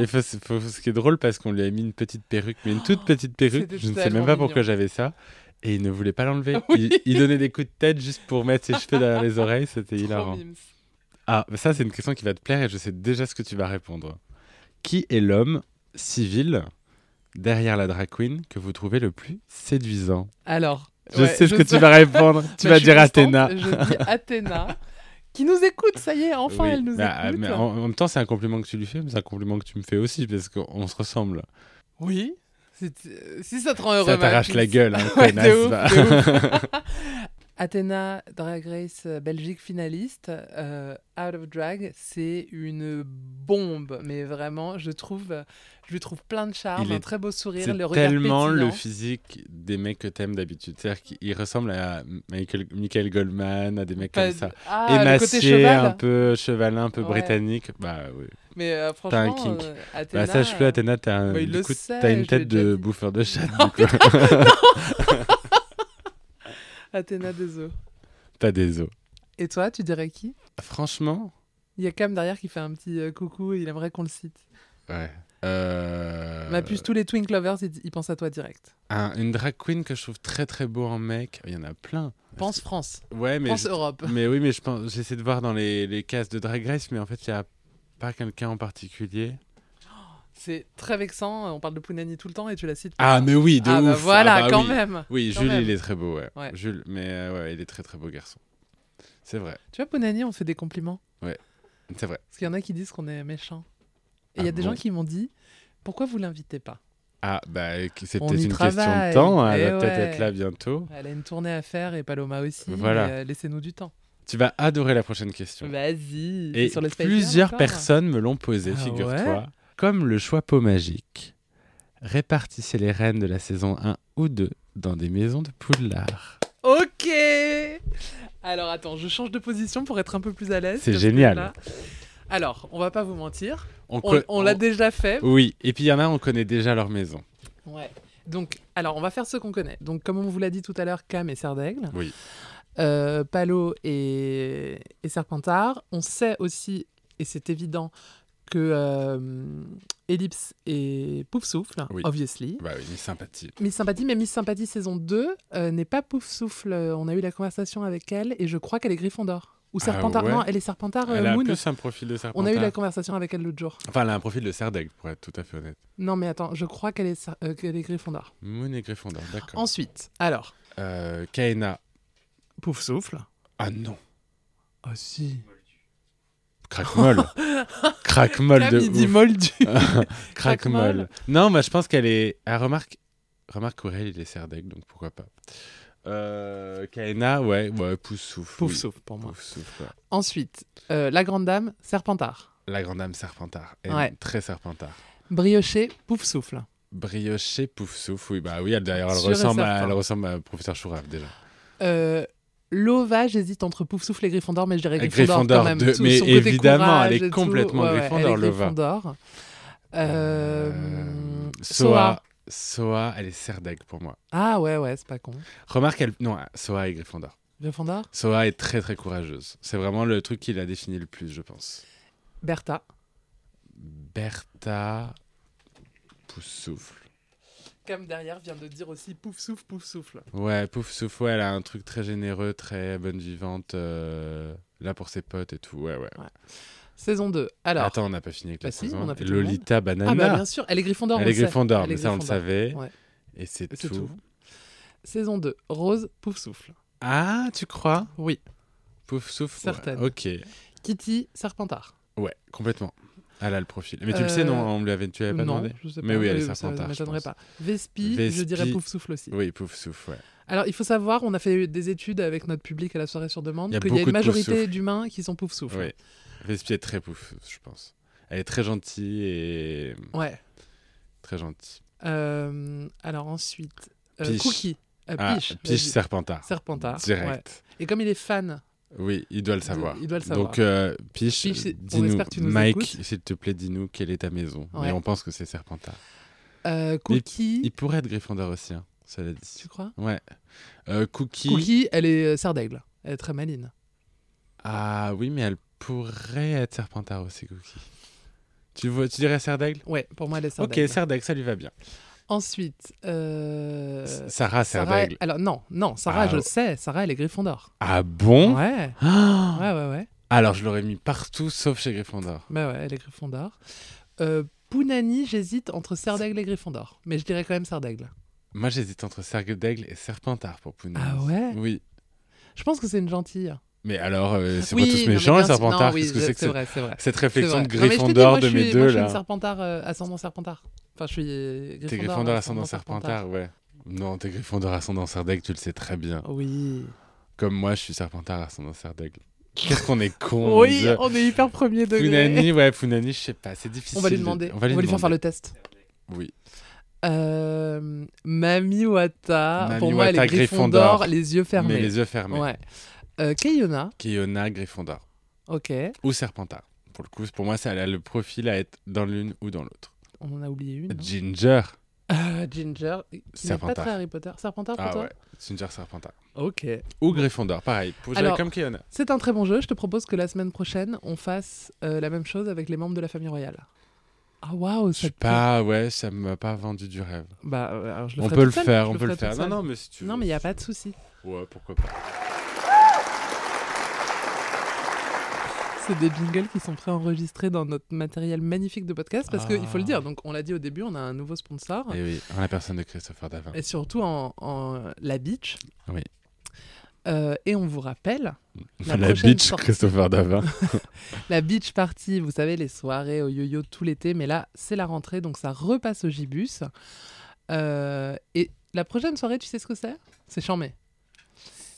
[SPEAKER 2] Et faut- faut- faut- ce qui est drôle, parce qu'on lui a mis une petite perruque, mais une toute petite perruque,
[SPEAKER 1] Oh, c'était
[SPEAKER 2] je ne sais
[SPEAKER 1] tellement
[SPEAKER 2] même pas
[SPEAKER 1] mignon.
[SPEAKER 2] pourquoi j'avais ça. Et il ne voulait pas l'enlever.
[SPEAKER 1] Oui.
[SPEAKER 2] Il, il donnait des coups de tête juste pour mettre ses cheveux derrière les oreilles, c'était
[SPEAKER 1] Trop
[SPEAKER 2] hilarant.
[SPEAKER 1] mimes.
[SPEAKER 2] Ah, ça c'est une question qui va te plaire et je sais déjà ce que tu vas répondre. Qui est l'homme civil derrière la drag queen que vous trouvez le plus séduisant
[SPEAKER 1] Alors,
[SPEAKER 2] Je
[SPEAKER 1] ouais,
[SPEAKER 2] sais ce que
[SPEAKER 1] sais-
[SPEAKER 2] tu vas répondre. tu
[SPEAKER 1] Bah,
[SPEAKER 2] vas
[SPEAKER 1] je suis
[SPEAKER 2] dire
[SPEAKER 1] contente,
[SPEAKER 2] Athéna.
[SPEAKER 1] Je dis Athéna, qui nous écoute, ça y est, enfin
[SPEAKER 2] Oui,
[SPEAKER 1] elle nous
[SPEAKER 2] bah,
[SPEAKER 1] écoute.
[SPEAKER 2] mais en, en même temps, c'est un compliment que tu lui fais, mais c'est un compliment que tu me fais aussi parce qu'on se ressemble.
[SPEAKER 1] Oui, c'est- euh, si ça te rend heureux.
[SPEAKER 2] Ça
[SPEAKER 1] Marcus.
[SPEAKER 2] t'arrache la gueule, hein,
[SPEAKER 1] Ouais, de
[SPEAKER 2] connasse,
[SPEAKER 1] ouf,
[SPEAKER 2] va.
[SPEAKER 1] de ouf. Athéna, Drag Race euh, Belgique finaliste, euh, Out of Drag, c'est une bombe, mais vraiment, je trouve, euh, je lui trouve plein de charme,
[SPEAKER 2] Il
[SPEAKER 1] un
[SPEAKER 2] est-
[SPEAKER 1] très beau sourire, le
[SPEAKER 2] C'est
[SPEAKER 1] regard
[SPEAKER 2] tellement le
[SPEAKER 1] pétillant.
[SPEAKER 2] physique des mecs que t'aimes d'habitude. C'est-à-dire qu'il ressemble à Michael, Michael Goldman, à des mecs
[SPEAKER 1] Pas-
[SPEAKER 2] comme ça.
[SPEAKER 1] Ah, le côté
[SPEAKER 2] Émacié,
[SPEAKER 1] cheval.
[SPEAKER 2] un peu chevalin, un peu
[SPEAKER 1] Ouais.
[SPEAKER 2] britannique. Bah oui.
[SPEAKER 1] Mais euh,
[SPEAKER 2] T'as un
[SPEAKER 1] franchement,
[SPEAKER 2] kink.
[SPEAKER 1] euh, Athéna,
[SPEAKER 2] Bah, sache-le,
[SPEAKER 1] euh,
[SPEAKER 2] Athéna, t'as un-
[SPEAKER 1] bah, il
[SPEAKER 2] du
[SPEAKER 1] le
[SPEAKER 2] coup,
[SPEAKER 1] sait,
[SPEAKER 2] t'as
[SPEAKER 1] je
[SPEAKER 2] une
[SPEAKER 1] l'ai
[SPEAKER 2] tête
[SPEAKER 1] déjà
[SPEAKER 2] de
[SPEAKER 1] dit.
[SPEAKER 2] bouffeur de chat.
[SPEAKER 1] Athéna des œufs.
[SPEAKER 2] T'as des os.
[SPEAKER 1] Et toi, tu dirais qui
[SPEAKER 2] Franchement,
[SPEAKER 1] Il y a Cam derrière qui fait un petit euh, coucou et il aimerait qu'on le cite.
[SPEAKER 2] ouais. Euh,
[SPEAKER 1] Ma puce, tous les Twin Lovers, ils, ils pensent à toi direct.
[SPEAKER 2] un- une drag queen que je trouve très très beau en mec. Il y en a plein.
[SPEAKER 1] Pense France,
[SPEAKER 2] Ouais, mais
[SPEAKER 1] pense
[SPEAKER 2] je-
[SPEAKER 1] Europe.
[SPEAKER 2] Mais oui, mais je pense, j'essaie de voir dans les, les cases de Drag Race, mais en fait, il n'y a pas quelqu'un en particulier.
[SPEAKER 1] C'est très vexant, euh, on parle de Pounani tout le temps et tu la cites.
[SPEAKER 2] Ah, mais oui, de
[SPEAKER 1] Ah,
[SPEAKER 2] ouf.
[SPEAKER 1] bah voilà,
[SPEAKER 2] Ah bah
[SPEAKER 1] quand
[SPEAKER 2] oui.
[SPEAKER 1] même.
[SPEAKER 2] Oui,
[SPEAKER 1] Quand
[SPEAKER 2] Jules,
[SPEAKER 1] même.
[SPEAKER 2] il est très beau, ouais.
[SPEAKER 1] Ouais.
[SPEAKER 2] Jules, mais euh, ouais, il est très très beau garçon. C'est vrai,
[SPEAKER 1] Tu vois, Pounani, on se fait des compliments.
[SPEAKER 2] c'est vrai.
[SPEAKER 1] Parce qu'il y en a qui disent qu'on est méchant. Et il y a
[SPEAKER 2] Ah
[SPEAKER 1] des
[SPEAKER 2] bon
[SPEAKER 1] gens qui m'ont dit Pourquoi vous l'invitez pas
[SPEAKER 2] Ah, bah, euh, c'est
[SPEAKER 1] On
[SPEAKER 2] peut-être
[SPEAKER 1] y
[SPEAKER 2] une question
[SPEAKER 1] travaille.
[SPEAKER 2] de temps. hein,
[SPEAKER 1] Eh
[SPEAKER 2] Elle va peut-être
[SPEAKER 1] ouais.
[SPEAKER 2] être là bientôt.
[SPEAKER 1] Elle a une tournée à faire et Paloma aussi.
[SPEAKER 2] Voilà.
[SPEAKER 1] mais, euh, Laissez-nous du temps.
[SPEAKER 2] Tu vas adorer la prochaine question.
[SPEAKER 1] Bah, Vas-y.
[SPEAKER 2] Et
[SPEAKER 1] c'est sur le Space Jam
[SPEAKER 2] plusieurs
[SPEAKER 1] encore
[SPEAKER 2] personnes me l'ont posé,
[SPEAKER 1] Ah
[SPEAKER 2] figure-toi.
[SPEAKER 1] ouais
[SPEAKER 2] Comme le choix pot magique, répartissez les reines de la saison 1 ou 2 dans des maisons de poudlard.
[SPEAKER 1] Ok Alors attends, je change de position pour être un peu plus à l'aise.
[SPEAKER 2] C'est
[SPEAKER 1] parce que
[SPEAKER 2] génial.
[SPEAKER 1] là- Alors, on va pas vous mentir, on,
[SPEAKER 2] co-
[SPEAKER 1] on l'a déjà fait.
[SPEAKER 2] Oui, et puis il y en a, on connaît déjà leur maison.
[SPEAKER 1] Ouais. Donc, alors on va faire ce qu'on connaît. Donc, comme on vous l'a dit tout à l'heure, Cam et Serdaigle,
[SPEAKER 2] Oui.
[SPEAKER 1] euh, Palo et, et Serpentard. On sait aussi, et c'est évident, que euh, Ellipse et Pouf Souffle,
[SPEAKER 2] Oui.
[SPEAKER 1] obviously.
[SPEAKER 2] Bah oui, une sympathie.
[SPEAKER 1] Miss Sympathie, mais Miss Sympathie saison 2 euh, n'est pas Pouf Souffle. Euh, On a eu la conversation avec elle et je crois qu'elle est Gryffondor. Ou
[SPEAKER 2] Ah
[SPEAKER 1] Serpentard.
[SPEAKER 2] ouais.
[SPEAKER 1] Non, elle est Serpentard euh,
[SPEAKER 2] Elle a
[SPEAKER 1] Moon.
[SPEAKER 2] plus un profil de serpentard.
[SPEAKER 1] On a eu la conversation avec elle l'autre jour.
[SPEAKER 2] Enfin, elle a un profil de serdaigle, pour être tout à fait honnête.
[SPEAKER 1] Non, mais attends, je crois qu'elle est, Ser- euh, qu'elle est Gryffondor.
[SPEAKER 2] Moon et Gryffondor, d'accord.
[SPEAKER 1] Ensuite, alors,
[SPEAKER 2] Euh, Kaena.
[SPEAKER 1] Pouf Souffle.
[SPEAKER 2] Ah non.
[SPEAKER 1] Ah si.
[SPEAKER 2] Crackmol. Crackmol de
[SPEAKER 1] Cam, il dit
[SPEAKER 2] ouf.
[SPEAKER 1] Moldu.
[SPEAKER 2] Crackmol. Non, bah je pense qu'elle est... Ah, remarque... Remarque qu'Aurel, il est serdaigle, donc pourquoi pas. Euh, Kaena, ouais, ouais, pouce souffle.
[SPEAKER 1] Pouf
[SPEAKER 2] oui.
[SPEAKER 1] Souffle pour moi.
[SPEAKER 2] Pouf souffle, ouais.
[SPEAKER 1] Ensuite, euh, la Grande Dame, Serpentard.
[SPEAKER 2] La grande âme serpentard. Elle est
[SPEAKER 1] Ouais.
[SPEAKER 2] Très serpentard.
[SPEAKER 1] Brioché, Pouf Souffle.
[SPEAKER 2] Brioché Poufsouffle, oui, bah oui, elle, d'ailleurs, elle
[SPEAKER 1] Sûr et
[SPEAKER 2] ressemble, à,
[SPEAKER 1] certain.
[SPEAKER 2] elle ressemble à Professeur Chourave déjà.
[SPEAKER 1] Euh, Lova, j'hésite entre Pouf Souffle et Gryffondor, mais je dirais
[SPEAKER 2] Et
[SPEAKER 1] Gryffondor,
[SPEAKER 2] Gryffondor
[SPEAKER 1] quand même.
[SPEAKER 2] de-
[SPEAKER 1] Tout
[SPEAKER 2] mais
[SPEAKER 1] son côté
[SPEAKER 2] évidemment,
[SPEAKER 1] courage
[SPEAKER 2] elle est
[SPEAKER 1] et tout.
[SPEAKER 2] complètement
[SPEAKER 1] Ouais, ouais,
[SPEAKER 2] Gryffondor,
[SPEAKER 1] elle est
[SPEAKER 2] Lova.
[SPEAKER 1] Gryffondor. Euh,
[SPEAKER 2] Soa. Soa, elle est Serdaigle pour moi.
[SPEAKER 1] Ah ouais, ouais, c'est pas con.
[SPEAKER 2] Remarque, elle. Non, Soa est Gryffondor.
[SPEAKER 1] Gryffondor.
[SPEAKER 2] Soa est très très courageuse. C'est vraiment le truc qui la définit le plus, je pense.
[SPEAKER 1] Bertha.
[SPEAKER 2] Bertha. Poufsouffle.
[SPEAKER 1] Comme derrière vient de dire aussi Pouf Souffle, Pouf Souffle.
[SPEAKER 2] Ouais, Poufsouffle, ouais, elle a un truc très généreux, très bonne vivante, euh, là pour ses potes et tout. Ouais, ouais.
[SPEAKER 1] Saison 2. Alors,
[SPEAKER 2] Attends, on n'a pas fini avec la
[SPEAKER 1] Bah si,
[SPEAKER 2] saison.
[SPEAKER 1] on a fait tout le monde.
[SPEAKER 2] Lolita Banana.
[SPEAKER 1] ah bah bien sûr, elle est Gryffondor. on
[SPEAKER 2] Elle est
[SPEAKER 1] le sait.
[SPEAKER 2] Gryffondor,
[SPEAKER 1] Elle
[SPEAKER 2] mais
[SPEAKER 1] est
[SPEAKER 2] ça on le
[SPEAKER 1] Gryffondor.
[SPEAKER 2] savait.
[SPEAKER 1] Ouais.
[SPEAKER 2] Et c'est
[SPEAKER 1] C'est
[SPEAKER 2] tout.
[SPEAKER 1] tout. Saison 2, Rose, Pouf Souffle.
[SPEAKER 2] Ah, tu crois
[SPEAKER 1] Oui.
[SPEAKER 2] Pouf souffle. ouais.
[SPEAKER 1] Certaine.
[SPEAKER 2] Ok.
[SPEAKER 1] Kitty, Serpentard.
[SPEAKER 2] Ouais, complètement. Elle a le profil. Mais tu le sais,
[SPEAKER 1] Euh,
[SPEAKER 2] non On lui avait, tu l'avais pas
[SPEAKER 1] non,
[SPEAKER 2] demandé
[SPEAKER 1] je sais pas.
[SPEAKER 2] Mais oui, elle est
[SPEAKER 1] ça
[SPEAKER 2] Serpentard, je
[SPEAKER 1] m'étonnerait
[SPEAKER 2] pense.
[SPEAKER 1] pas. Vespi, je
[SPEAKER 2] Vespi.
[SPEAKER 1] dirais Pouf Souffle aussi.
[SPEAKER 2] Oui, pouf souffle, ouais.
[SPEAKER 1] Alors, il faut savoir, on a fait des études avec notre public à la soirée sur demande,
[SPEAKER 2] Il y a
[SPEAKER 1] qu'il y a
[SPEAKER 2] beaucoup
[SPEAKER 1] une
[SPEAKER 2] de
[SPEAKER 1] majorité
[SPEAKER 2] poufs-souffles.
[SPEAKER 1] d'humains qui sont pouf-souffle.
[SPEAKER 2] Oui. Vespi est très pouf, je pense. Elle est très gentille et
[SPEAKER 1] Ouais.
[SPEAKER 2] très gentille.
[SPEAKER 1] Euh, alors ensuite, euh,
[SPEAKER 2] Piche.
[SPEAKER 1] Cookie. Euh,
[SPEAKER 2] ah,
[SPEAKER 1] Piche.
[SPEAKER 2] Piche
[SPEAKER 1] vas-y.
[SPEAKER 2] Serpentard.
[SPEAKER 1] Serpentard. ouais.
[SPEAKER 2] Direct.
[SPEAKER 1] Et comme il est fan,
[SPEAKER 2] Oui, il doit le
[SPEAKER 1] Il-
[SPEAKER 2] savoir.
[SPEAKER 1] il doit le savoir.
[SPEAKER 2] Donc, euh, Piche,
[SPEAKER 1] Piche, c'est- on
[SPEAKER 2] dis-nous,
[SPEAKER 1] espère que tu nous
[SPEAKER 2] Mike,
[SPEAKER 1] écoutes.
[SPEAKER 2] s'il te plaît, dis-nous quelle est ta maison.
[SPEAKER 1] Ouais.
[SPEAKER 2] Mais on pense que c'est Serpentard.
[SPEAKER 1] euh, Cookie.
[SPEAKER 2] Il pourrait être Gryffondor aussi, hein, cela dit.
[SPEAKER 1] Tu crois
[SPEAKER 2] Ouais. Euh, Cookie.
[SPEAKER 1] Cookie, elle est euh, sœur d'aigle. Elle est très maline.
[SPEAKER 2] Ah oui, mais elle pourrait être Serpentard aussi, Cookie. Tu, vois, tu dirais Serre d'Aigle
[SPEAKER 1] Ouais, pour moi, elle est sœur
[SPEAKER 2] Ok,
[SPEAKER 1] d'aigle.
[SPEAKER 2] Serre d'Aigle, ça lui va bien.
[SPEAKER 1] Ensuite, euh,
[SPEAKER 2] S- Sarah Serre
[SPEAKER 1] Sarah.
[SPEAKER 2] d'Aigle.
[SPEAKER 1] Alors non, non, Sarah,
[SPEAKER 2] Ah,
[SPEAKER 1] je
[SPEAKER 2] ouais.
[SPEAKER 1] le sais. Sarah, elle est Gryffondor.
[SPEAKER 2] Ah bon
[SPEAKER 1] Ouais,
[SPEAKER 2] Ah
[SPEAKER 1] ouais, ouais, ouais.
[SPEAKER 2] Alors, je l'aurais mis partout sauf chez Gryffondor.
[SPEAKER 1] Bah ouais, elle est Gryffondor. Euh, Pounani, j'hésite entre Serre d'Aigle et Gryffondor, mais je dirais quand même Serre d'Aigle.
[SPEAKER 2] Moi, j'hésite entre Serre d'Aigle et Serpentard pour Pounani.
[SPEAKER 1] Ah ouais
[SPEAKER 2] Oui.
[SPEAKER 1] Je pense que c'est une gentille.
[SPEAKER 2] Mais alors, euh, c'est
[SPEAKER 1] Oui,
[SPEAKER 2] pas tous
[SPEAKER 1] non, mais
[SPEAKER 2] méchants,
[SPEAKER 1] bien
[SPEAKER 2] les
[SPEAKER 1] sûr-
[SPEAKER 2] Serpentards
[SPEAKER 1] non, oui,
[SPEAKER 2] Qu'est-ce que c'est que
[SPEAKER 1] c'est
[SPEAKER 2] ce-
[SPEAKER 1] vrai, c'est vrai.
[SPEAKER 2] cette
[SPEAKER 1] C'est
[SPEAKER 2] réflexion
[SPEAKER 1] vrai.
[SPEAKER 2] de
[SPEAKER 1] Non, mais je t'ai dit,
[SPEAKER 2] Gryffondor
[SPEAKER 1] moi,
[SPEAKER 2] de
[SPEAKER 1] je suis-
[SPEAKER 2] mes
[SPEAKER 1] Moi,
[SPEAKER 2] deux,
[SPEAKER 1] je suis une
[SPEAKER 2] là
[SPEAKER 1] serpentard euh, ascendant serpentard. Enfin, je suis euh,
[SPEAKER 2] T'es Gryffondor ascendant Serpentard, ouais. Non, t'es Gryffondor ascendant Serre d'Aigle, tu le sais très bien.
[SPEAKER 1] Oui.
[SPEAKER 2] Comme moi, je suis Serpentard ascendant Serre d'Aigle. Qu'est-ce qu'on est con mon
[SPEAKER 1] Oui,
[SPEAKER 2] Dieu.
[SPEAKER 1] on est hyper premier degré.
[SPEAKER 2] Funani, ouais, Funani, je sais pas, c'est difficile.
[SPEAKER 1] On va lui
[SPEAKER 2] de-
[SPEAKER 1] demander.
[SPEAKER 2] On va lui,
[SPEAKER 1] faire faire le test.
[SPEAKER 2] le. Oui.
[SPEAKER 1] Euh, Mami Wata,
[SPEAKER 2] Mami
[SPEAKER 1] pour moi, elle
[SPEAKER 2] Wata,
[SPEAKER 1] est Gryffondor,
[SPEAKER 2] Gryffondor.
[SPEAKER 1] les yeux fermés.
[SPEAKER 2] Mais les yeux fermés.
[SPEAKER 1] Ouais. Euh, Keyona,
[SPEAKER 2] Keyona, Gryffondor.
[SPEAKER 1] ok,
[SPEAKER 2] Ou Serpentard. Pour le coup, pour moi, ça elle a le profil à être dans l'une ou dans l'autre.
[SPEAKER 1] on en a oublié une. hein. non
[SPEAKER 2] Ginger.
[SPEAKER 1] Euh, Ginger, qui n'est pas
[SPEAKER 2] Serpentard.
[SPEAKER 1] très Harry Potter. Serpentard pour
[SPEAKER 2] Ah
[SPEAKER 1] toi
[SPEAKER 2] ouais. Ginger Serpentard.
[SPEAKER 1] Ok.
[SPEAKER 2] Ou Gryffondor, pareil. Pour jouer
[SPEAKER 1] Alors-
[SPEAKER 2] comme Keyona.
[SPEAKER 1] C'est un très bon jeu. Je te propose que la semaine prochaine, on fasse euh, la même chose avec les membres de la famille royale. Ah waouh,
[SPEAKER 2] Je sais
[SPEAKER 1] ça te
[SPEAKER 2] pas, ouais, ça m'a pas vendu du rêve.
[SPEAKER 1] plaît Bah, euh, alors je le
[SPEAKER 2] on
[SPEAKER 1] ferai
[SPEAKER 2] peut le
[SPEAKER 1] toute seule,
[SPEAKER 2] faire,
[SPEAKER 1] je
[SPEAKER 2] on peut
[SPEAKER 1] ferai
[SPEAKER 2] le faire.
[SPEAKER 1] toute
[SPEAKER 2] Non,
[SPEAKER 1] seule.
[SPEAKER 2] non, mais si tu veux.
[SPEAKER 1] Non, mais il n'y a pas de souci.
[SPEAKER 2] Ouais, pourquoi pas.
[SPEAKER 1] C'est des jingles qui sont préenregistrés dans notre matériel magnifique de podcast parce qu'il faut le dire. Donc, on l'a dit au début, on a un nouveau sponsor.
[SPEAKER 2] Ah. Et Eh oui, en la personne de Christopher Davin.
[SPEAKER 1] Ah. Et surtout en, en la beach.
[SPEAKER 2] Oui.
[SPEAKER 1] Euh, et on vous rappelle,
[SPEAKER 2] La,
[SPEAKER 1] la prochaine
[SPEAKER 2] bitch
[SPEAKER 1] sortie-
[SPEAKER 2] Christopher Davin.
[SPEAKER 1] la beach party, vous savez, les soirées au yo-yo tout l'été, mais là, c'est la rentrée, donc ça repasse au gibus. Euh, et la prochaine soirée, tu sais ce que c'est C'est charmé.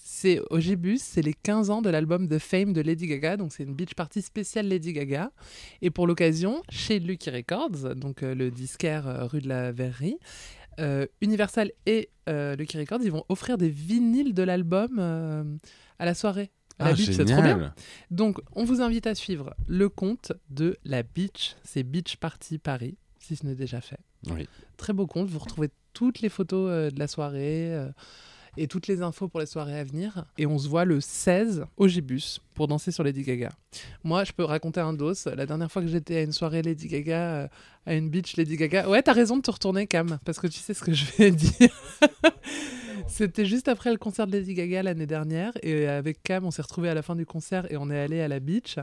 [SPEAKER 1] C'est au gibus, c'est les 15 ans de l'album The Fame de Lady Gaga, donc c'est une beach party spéciale Lady Gaga. Et pour l'occasion, chez Lucky Records, donc euh, le disquaire euh, rue de la Verrerie, euh, Universal et euh, Lucky Records, ils vont offrir des vinyles de l'album euh, à la soirée. À la
[SPEAKER 2] Ah,
[SPEAKER 1] beach, c'est trop bien.
[SPEAKER 2] génial.
[SPEAKER 1] Donc, on vous invite à suivre le compte de la Beach. C'est Beach Party Paris, si ce n'est déjà fait.
[SPEAKER 2] Oui.
[SPEAKER 1] Très beau compte. Vous retrouvez toutes les photos euh, de la soirée euh, et toutes les infos pour les soirées à venir. Et on se voit le 16 au Gibus pour danser sur Lady Gaga. Moi, je peux raconter un dos. La dernière fois que j'étais à une soirée Lady Gaga, euh, à une beach Lady Gaga. Ouais, t'as raison de te retourner, Cam, parce que tu sais ce que je vais dire. C'était juste après le concert de Lady Gaga l'année dernière. Et avec Cam, on s'est retrouvés à la fin du concert et on est allé à la beach.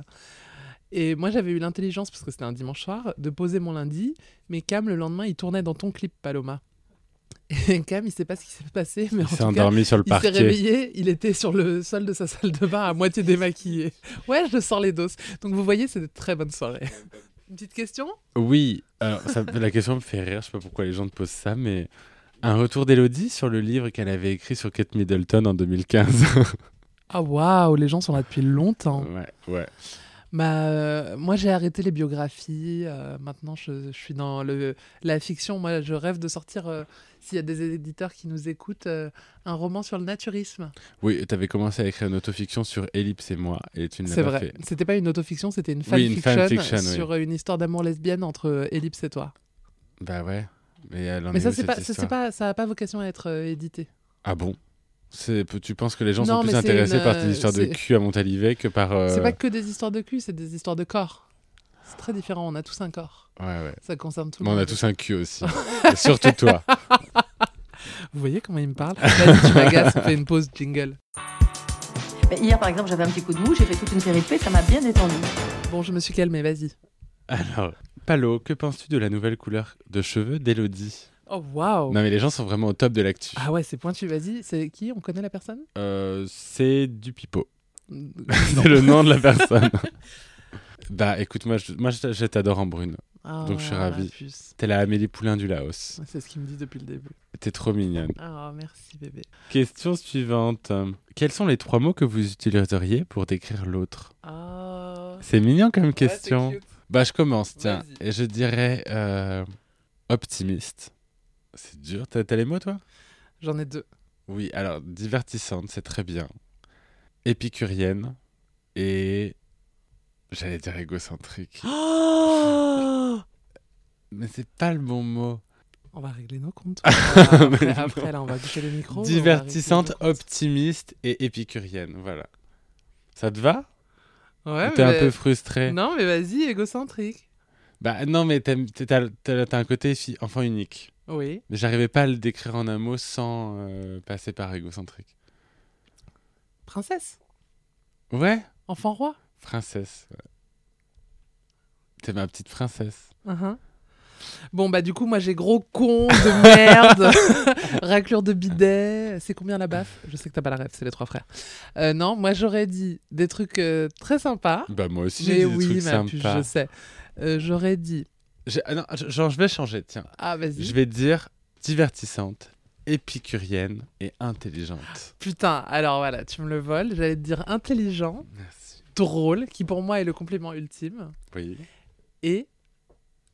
[SPEAKER 1] Et moi, j'avais eu l'intelligence, parce que c'était un dimanche soir, de poser mon lundi. Mais Cam, le lendemain, il tournait dans ton clip, Paloma. Et Cam, il sait pas ce qui s'est passé, mais
[SPEAKER 2] Il
[SPEAKER 1] en tout
[SPEAKER 2] s'est
[SPEAKER 1] cas,
[SPEAKER 2] endormi sur le
[SPEAKER 1] il s'est
[SPEAKER 2] parquet.
[SPEAKER 1] réveillé, il était sur le sol de sa salle de bain à moitié démaquillé. Ouais, je sors les doses. Donc vous voyez, c'est de très bonnes soirées. Une petite question
[SPEAKER 2] Oui, alors ça- la question me fait rire, je sais pas pourquoi les gens te posent ça, mais un retour d'Elodie sur le livre qu'elle avait écrit sur Kate Middleton en 2015.
[SPEAKER 1] Ah waouh, les gens sont là depuis longtemps.
[SPEAKER 2] ouais, ouais.
[SPEAKER 1] Bah, euh, moi, j'ai arrêté les biographies. euh, maintenant, je, je suis dans le, la fiction. Moi, je rêve de sortir, euh, s'il y a des éditeurs qui nous écoutent, euh, un roman sur le naturisme.
[SPEAKER 2] Oui, t'avais commencé à écrire une autofiction sur Ellipse et moi, et tu ne l'as
[SPEAKER 1] C'est
[SPEAKER 2] pas
[SPEAKER 1] vrai.
[SPEAKER 2] fait.
[SPEAKER 1] C'était pas une autofiction, c'était une
[SPEAKER 2] Oui, une
[SPEAKER 1] fanfiction
[SPEAKER 2] fanfiction, oui.
[SPEAKER 1] sur euh, une histoire d'amour lesbienne entre euh, Ellipse et toi.
[SPEAKER 2] Bah ouais. Mais, elle en
[SPEAKER 1] Mais
[SPEAKER 2] est
[SPEAKER 1] ça,
[SPEAKER 2] où,
[SPEAKER 1] c'est
[SPEAKER 2] cette
[SPEAKER 1] pas, ça, c'est
[SPEAKER 2] histoire
[SPEAKER 1] pas, ça a pas vocation à être euh, édité.
[SPEAKER 2] Ah bon C'est- Tu penses que les gens
[SPEAKER 1] Non,
[SPEAKER 2] sont
[SPEAKER 1] mais
[SPEAKER 2] plus
[SPEAKER 1] c'est
[SPEAKER 2] intéressés
[SPEAKER 1] une,
[SPEAKER 2] par tes
[SPEAKER 1] euh,
[SPEAKER 2] histoires de
[SPEAKER 1] c'est-
[SPEAKER 2] cul à Montalivet que par. euh,
[SPEAKER 1] C'est pas que des histoires de cul, c'est des histoires de corps. C'est très différent, on a tous un corps.
[SPEAKER 2] Ouais, ouais.
[SPEAKER 1] Ça concerne tout le
[SPEAKER 2] Mais on
[SPEAKER 1] monde.
[SPEAKER 2] a tous un cul aussi. Et surtout toi.
[SPEAKER 1] Vous voyez comment il me parle Vas-y, tu m'agaces, on fait une pause jingle.
[SPEAKER 3] Mais Bah, Hier, par exemple, j'avais un petit coup de mou, j'ai fait toute une série de faits, ça m'a bien détendue.
[SPEAKER 1] Bon, je me suis calmée, vas-y.
[SPEAKER 2] Alors, Palo, que penses-tu de la nouvelle couleur de cheveux d'Elodie
[SPEAKER 1] Oh, waouh
[SPEAKER 2] Non, mais les gens sont vraiment au top de l'actu.
[SPEAKER 1] Ah ouais, c'est pointu, vas-y. C'est qui On connaît la personne
[SPEAKER 2] Euh, c'est du pipeau.
[SPEAKER 1] Non.
[SPEAKER 2] C'est le nom de la personne. bah écoute, moi je, moi, je- je t'adore en brune.
[SPEAKER 1] Ah,
[SPEAKER 2] Donc, je suis
[SPEAKER 1] la
[SPEAKER 2] ravi.
[SPEAKER 1] puce.
[SPEAKER 2] T'es la Amélie Poulain du Laos.
[SPEAKER 1] C'est ce qu'il me dit depuis le début.
[SPEAKER 2] T'es trop mignonne.
[SPEAKER 1] Ah, merci bébé.
[SPEAKER 2] Question suivante. Quels sont les trois mots que vous utiliseriez pour décrire l'autre
[SPEAKER 1] Ah.
[SPEAKER 2] C'est mignon comme
[SPEAKER 1] Ouais, c'est
[SPEAKER 2] question.
[SPEAKER 1] cute.
[SPEAKER 2] bah, je commence, tiens.
[SPEAKER 1] Vas-y.
[SPEAKER 2] Et je dirais euh, optimiste. C'est dur. T'as t'as les mots, toi
[SPEAKER 1] J'en ai deux.
[SPEAKER 2] Oui, alors divertissante, c'est très bien. Épicurienne et j'allais dire égocentrique,
[SPEAKER 1] Ah
[SPEAKER 2] mais c'est pas le bon mot.
[SPEAKER 1] on va régler nos comptes. après,
[SPEAKER 2] Mais
[SPEAKER 1] après,
[SPEAKER 2] non.
[SPEAKER 1] là, on va boucher le micro. mais on va régler
[SPEAKER 2] Divertissante,
[SPEAKER 1] nos comptes.
[SPEAKER 2] optimiste et épicurienne, voilà. Ça te va
[SPEAKER 1] Ouais,
[SPEAKER 2] Ou T'es
[SPEAKER 1] mais-
[SPEAKER 2] un peu frustré.
[SPEAKER 1] Non, mais vas-y, égocentrique.
[SPEAKER 2] Bah non, mais t'aimes- t'es- t'as t'as- t'as un côté fille, enfant unique.
[SPEAKER 1] Oui.
[SPEAKER 2] Mais j'arrivais pas à le décrire en un mot sans euh, passer par égocentrique.
[SPEAKER 1] Princesse.
[SPEAKER 2] Ouais,
[SPEAKER 1] Enfant roi.
[SPEAKER 2] princesse. ouais. T'es ma petite princesse.
[SPEAKER 1] Mhm. Bon, bah, du coup, moi, j'ai gros con de merde. Raclure de bidet. C'est combien la baffe Je sais que t'as pas la rêve, c'est les trois frères. Euh, non, moi, j'aurais dit des trucs euh, très sympas.
[SPEAKER 2] Bah moi aussi
[SPEAKER 1] mais
[SPEAKER 2] j'ai dit
[SPEAKER 1] oui,
[SPEAKER 2] des trucs
[SPEAKER 1] ma puce,
[SPEAKER 2] sympas.
[SPEAKER 1] je sais. Euh, j'aurais dit.
[SPEAKER 2] J'ai- ah non, je- genre, je vais changer, tiens.
[SPEAKER 1] Ah, vas-y.
[SPEAKER 2] Je vais dire divertissante, épicurienne et intelligente.
[SPEAKER 1] Putain, alors voilà, tu me le voles. J'allais te dire intelligent,
[SPEAKER 2] Merci.
[SPEAKER 1] drôle, qui pour moi est le complément ultime,
[SPEAKER 2] Oui.
[SPEAKER 1] et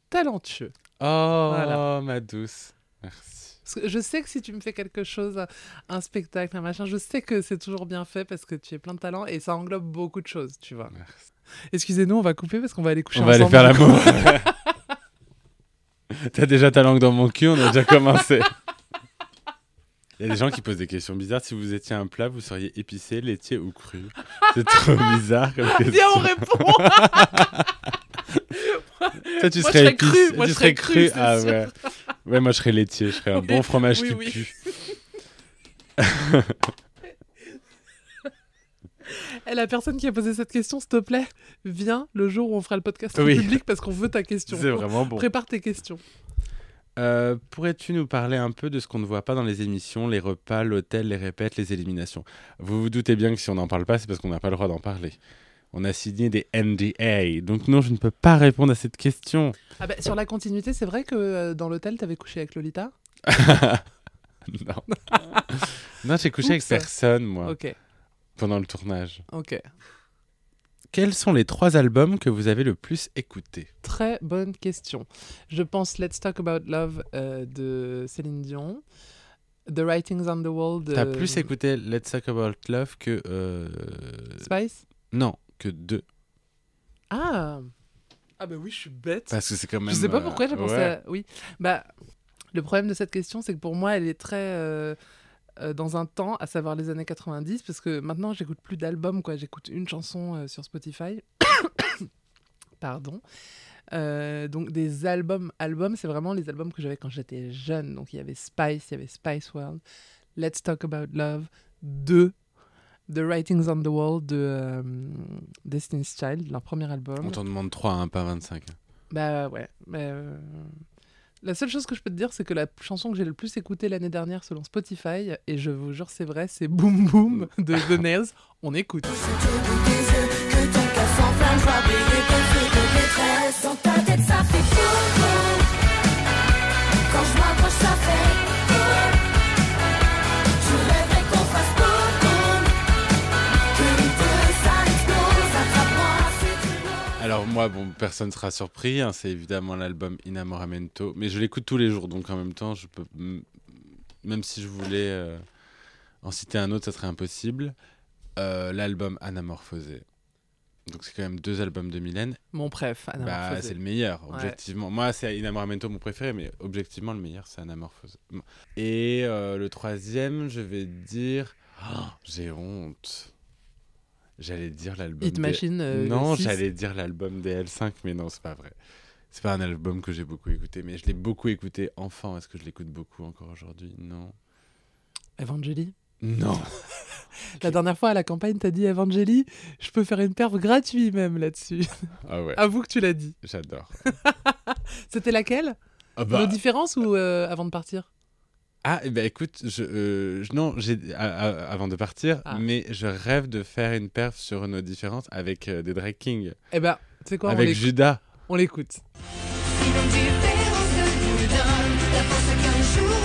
[SPEAKER 1] talentueux.
[SPEAKER 2] Oh,
[SPEAKER 1] Voilà.
[SPEAKER 2] ma douce. Merci.
[SPEAKER 1] Parce que je sais que si tu me fais quelque chose, un spectacle, un machin, je sais que c'est toujours bien fait parce que tu es plein de talent et ça englobe beaucoup de choses, tu vois.
[SPEAKER 2] Merci.
[SPEAKER 1] Excusez-nous, on va couper parce qu'on va aller coucher
[SPEAKER 2] On va aller
[SPEAKER 1] ensemble.
[SPEAKER 2] faire l'amour. T'as déjà ta langue dans mon cul, on a déjà commencé. Il y a des gens qui posent des questions bizarres. Si vous étiez un plat, vous seriez épicé, laitier ou cru. C'est trop bizarre comme
[SPEAKER 1] Viens, on
[SPEAKER 2] question.
[SPEAKER 1] répond
[SPEAKER 2] Toi, tu
[SPEAKER 1] Moi, je
[SPEAKER 2] serais
[SPEAKER 1] serais cru,
[SPEAKER 2] épicé-
[SPEAKER 1] moi,
[SPEAKER 2] tu
[SPEAKER 1] je serais cru, c'est
[SPEAKER 2] ah
[SPEAKER 1] sûr.
[SPEAKER 2] ouais. Ouais, moi je serais laitier, je serais un
[SPEAKER 1] Oui,
[SPEAKER 2] bon fromage
[SPEAKER 1] oui,
[SPEAKER 2] qui
[SPEAKER 1] oui.
[SPEAKER 2] pue.
[SPEAKER 1] Eh, La personne qui a posé cette question, s'il te plaît, viens le jour où on fera le podcast en
[SPEAKER 2] Oui.
[SPEAKER 1] public parce qu'on veut ta question.
[SPEAKER 2] C'est vraiment bon.
[SPEAKER 1] Prépare tes questions.
[SPEAKER 2] Euh, Pourrais-tu nous parler un peu de ce qu'on ne voit pas dans les émissions, les repas, l'hôtel, les répètes, les éliminations Vous vous doutez bien que si on n'en parle pas, c'est parce qu'on n'a pas le droit d'en parler. On a signé des NDA, donc non, je ne peux pas répondre à cette question.
[SPEAKER 1] Ah bah, sur la continuité, c'est vrai que euh, dans l'hôtel, t'avais couché avec Lolita
[SPEAKER 2] non. non, j'ai couché avec
[SPEAKER 1] Oups.
[SPEAKER 2] personne, moi,
[SPEAKER 1] Ok,
[SPEAKER 2] pendant le tournage.
[SPEAKER 1] ok.
[SPEAKER 2] Quels sont les trois albums que vous avez le plus écoutés
[SPEAKER 1] Très bonne question. Je pense Let's Talk About Love euh, de Céline Dion, The Writings on the Wall de
[SPEAKER 2] T'as plus écouté Let's Talk About Love que... euh,
[SPEAKER 1] Spice.
[SPEAKER 2] Non, que deux.
[SPEAKER 1] Ah Ah bah oui, je suis bête.
[SPEAKER 2] Parce que c'est quand même...
[SPEAKER 1] je sais pas
[SPEAKER 2] euh,
[SPEAKER 1] pourquoi j'ai pensé
[SPEAKER 2] ouais.
[SPEAKER 1] à... Oui, bah le problème de cette question, c'est que pour moi, elle est très... euh, euh, dans un temps, à savoir les années 90, parce que maintenant j'écoute plus d'albums, quoi. J'écoute une chanson euh, sur Spotify. Pardon. Euh, donc des albums, albums, c'est vraiment les albums que j'avais quand j'étais jeune. Donc il y avait Spice, il y avait Spice World, Let's Talk About Love 2, The Writings on the Wall de euh, Destiny's Child, leur premier album.
[SPEAKER 2] On t'en demande 3, hein, pas 25.
[SPEAKER 1] Bah ouais, mais euh, la seule chose que je peux te dire, c'est que la chanson que j'ai le plus écoutée l'année dernière selon Spotify, et je vous jure c'est vrai, c'est Boom Boom de The Nails. On écoute.
[SPEAKER 4] Dans ta tête ça fait coco Quand je m'approche ça fait coco Je rêverais qu'on fasse coco Que les deux ça explose Attrape-moi si tu veux
[SPEAKER 2] Alors moi, bon, personne ne sera surpris, hein, c'est évidemment l'album Inamoramento, mais je l'écoute tous les jours, donc en même temps, je peux, m- même si je voulais euh, en citer un autre, ça serait impossible. Euh, l'album Anamorphosé. Donc c'est quand même deux albums de Mylène.
[SPEAKER 1] Mon préf, Anna
[SPEAKER 2] bah,
[SPEAKER 1] Morphosé.
[SPEAKER 2] c'est le meilleur,
[SPEAKER 1] Ouais.
[SPEAKER 2] objectivement. Moi, c'est Inamoramento mon préféré, mais objectivement, le meilleur, c'est Anamorphosé. Et euh, le troisième, je vais dire... Oh, j'ai honte. J'allais dire l'album...
[SPEAKER 1] Hit
[SPEAKER 2] des-
[SPEAKER 1] Machine. euh,
[SPEAKER 2] non,
[SPEAKER 1] le six.
[SPEAKER 2] j'allais dire l'album des L5, mais non, c'est pas vrai. C'est pas un album que j'ai beaucoup écouté, mais je l'ai beaucoup écouté enfant. Est-ce que je l'écoute beaucoup encore aujourd'hui Non.
[SPEAKER 1] Evangeli.
[SPEAKER 2] Non.
[SPEAKER 1] La dernière fois à la campagne, t'as dit Evangeli, je peux faire une perf gratuite même là-dessus.
[SPEAKER 2] Ah ouais,
[SPEAKER 1] Avoue que tu l'as dit.
[SPEAKER 2] j'adore.
[SPEAKER 1] C'était laquelle
[SPEAKER 2] Ah bah,
[SPEAKER 1] Nos différences ou euh, avant de partir
[SPEAKER 2] ah, eh ben, écoute, je, euh, je- non, j'ai, à- à- avant de partir,
[SPEAKER 1] Ah.
[SPEAKER 2] mais je rêve de faire une perf sur nos différences avec euh, des Drag King,
[SPEAKER 1] Eh ben, tu sais quoi, on
[SPEAKER 2] avec
[SPEAKER 1] l'éc-
[SPEAKER 2] Judas.
[SPEAKER 1] on l'écoute.
[SPEAKER 4] Je si nos différences se boudonnent, la force qu'un jour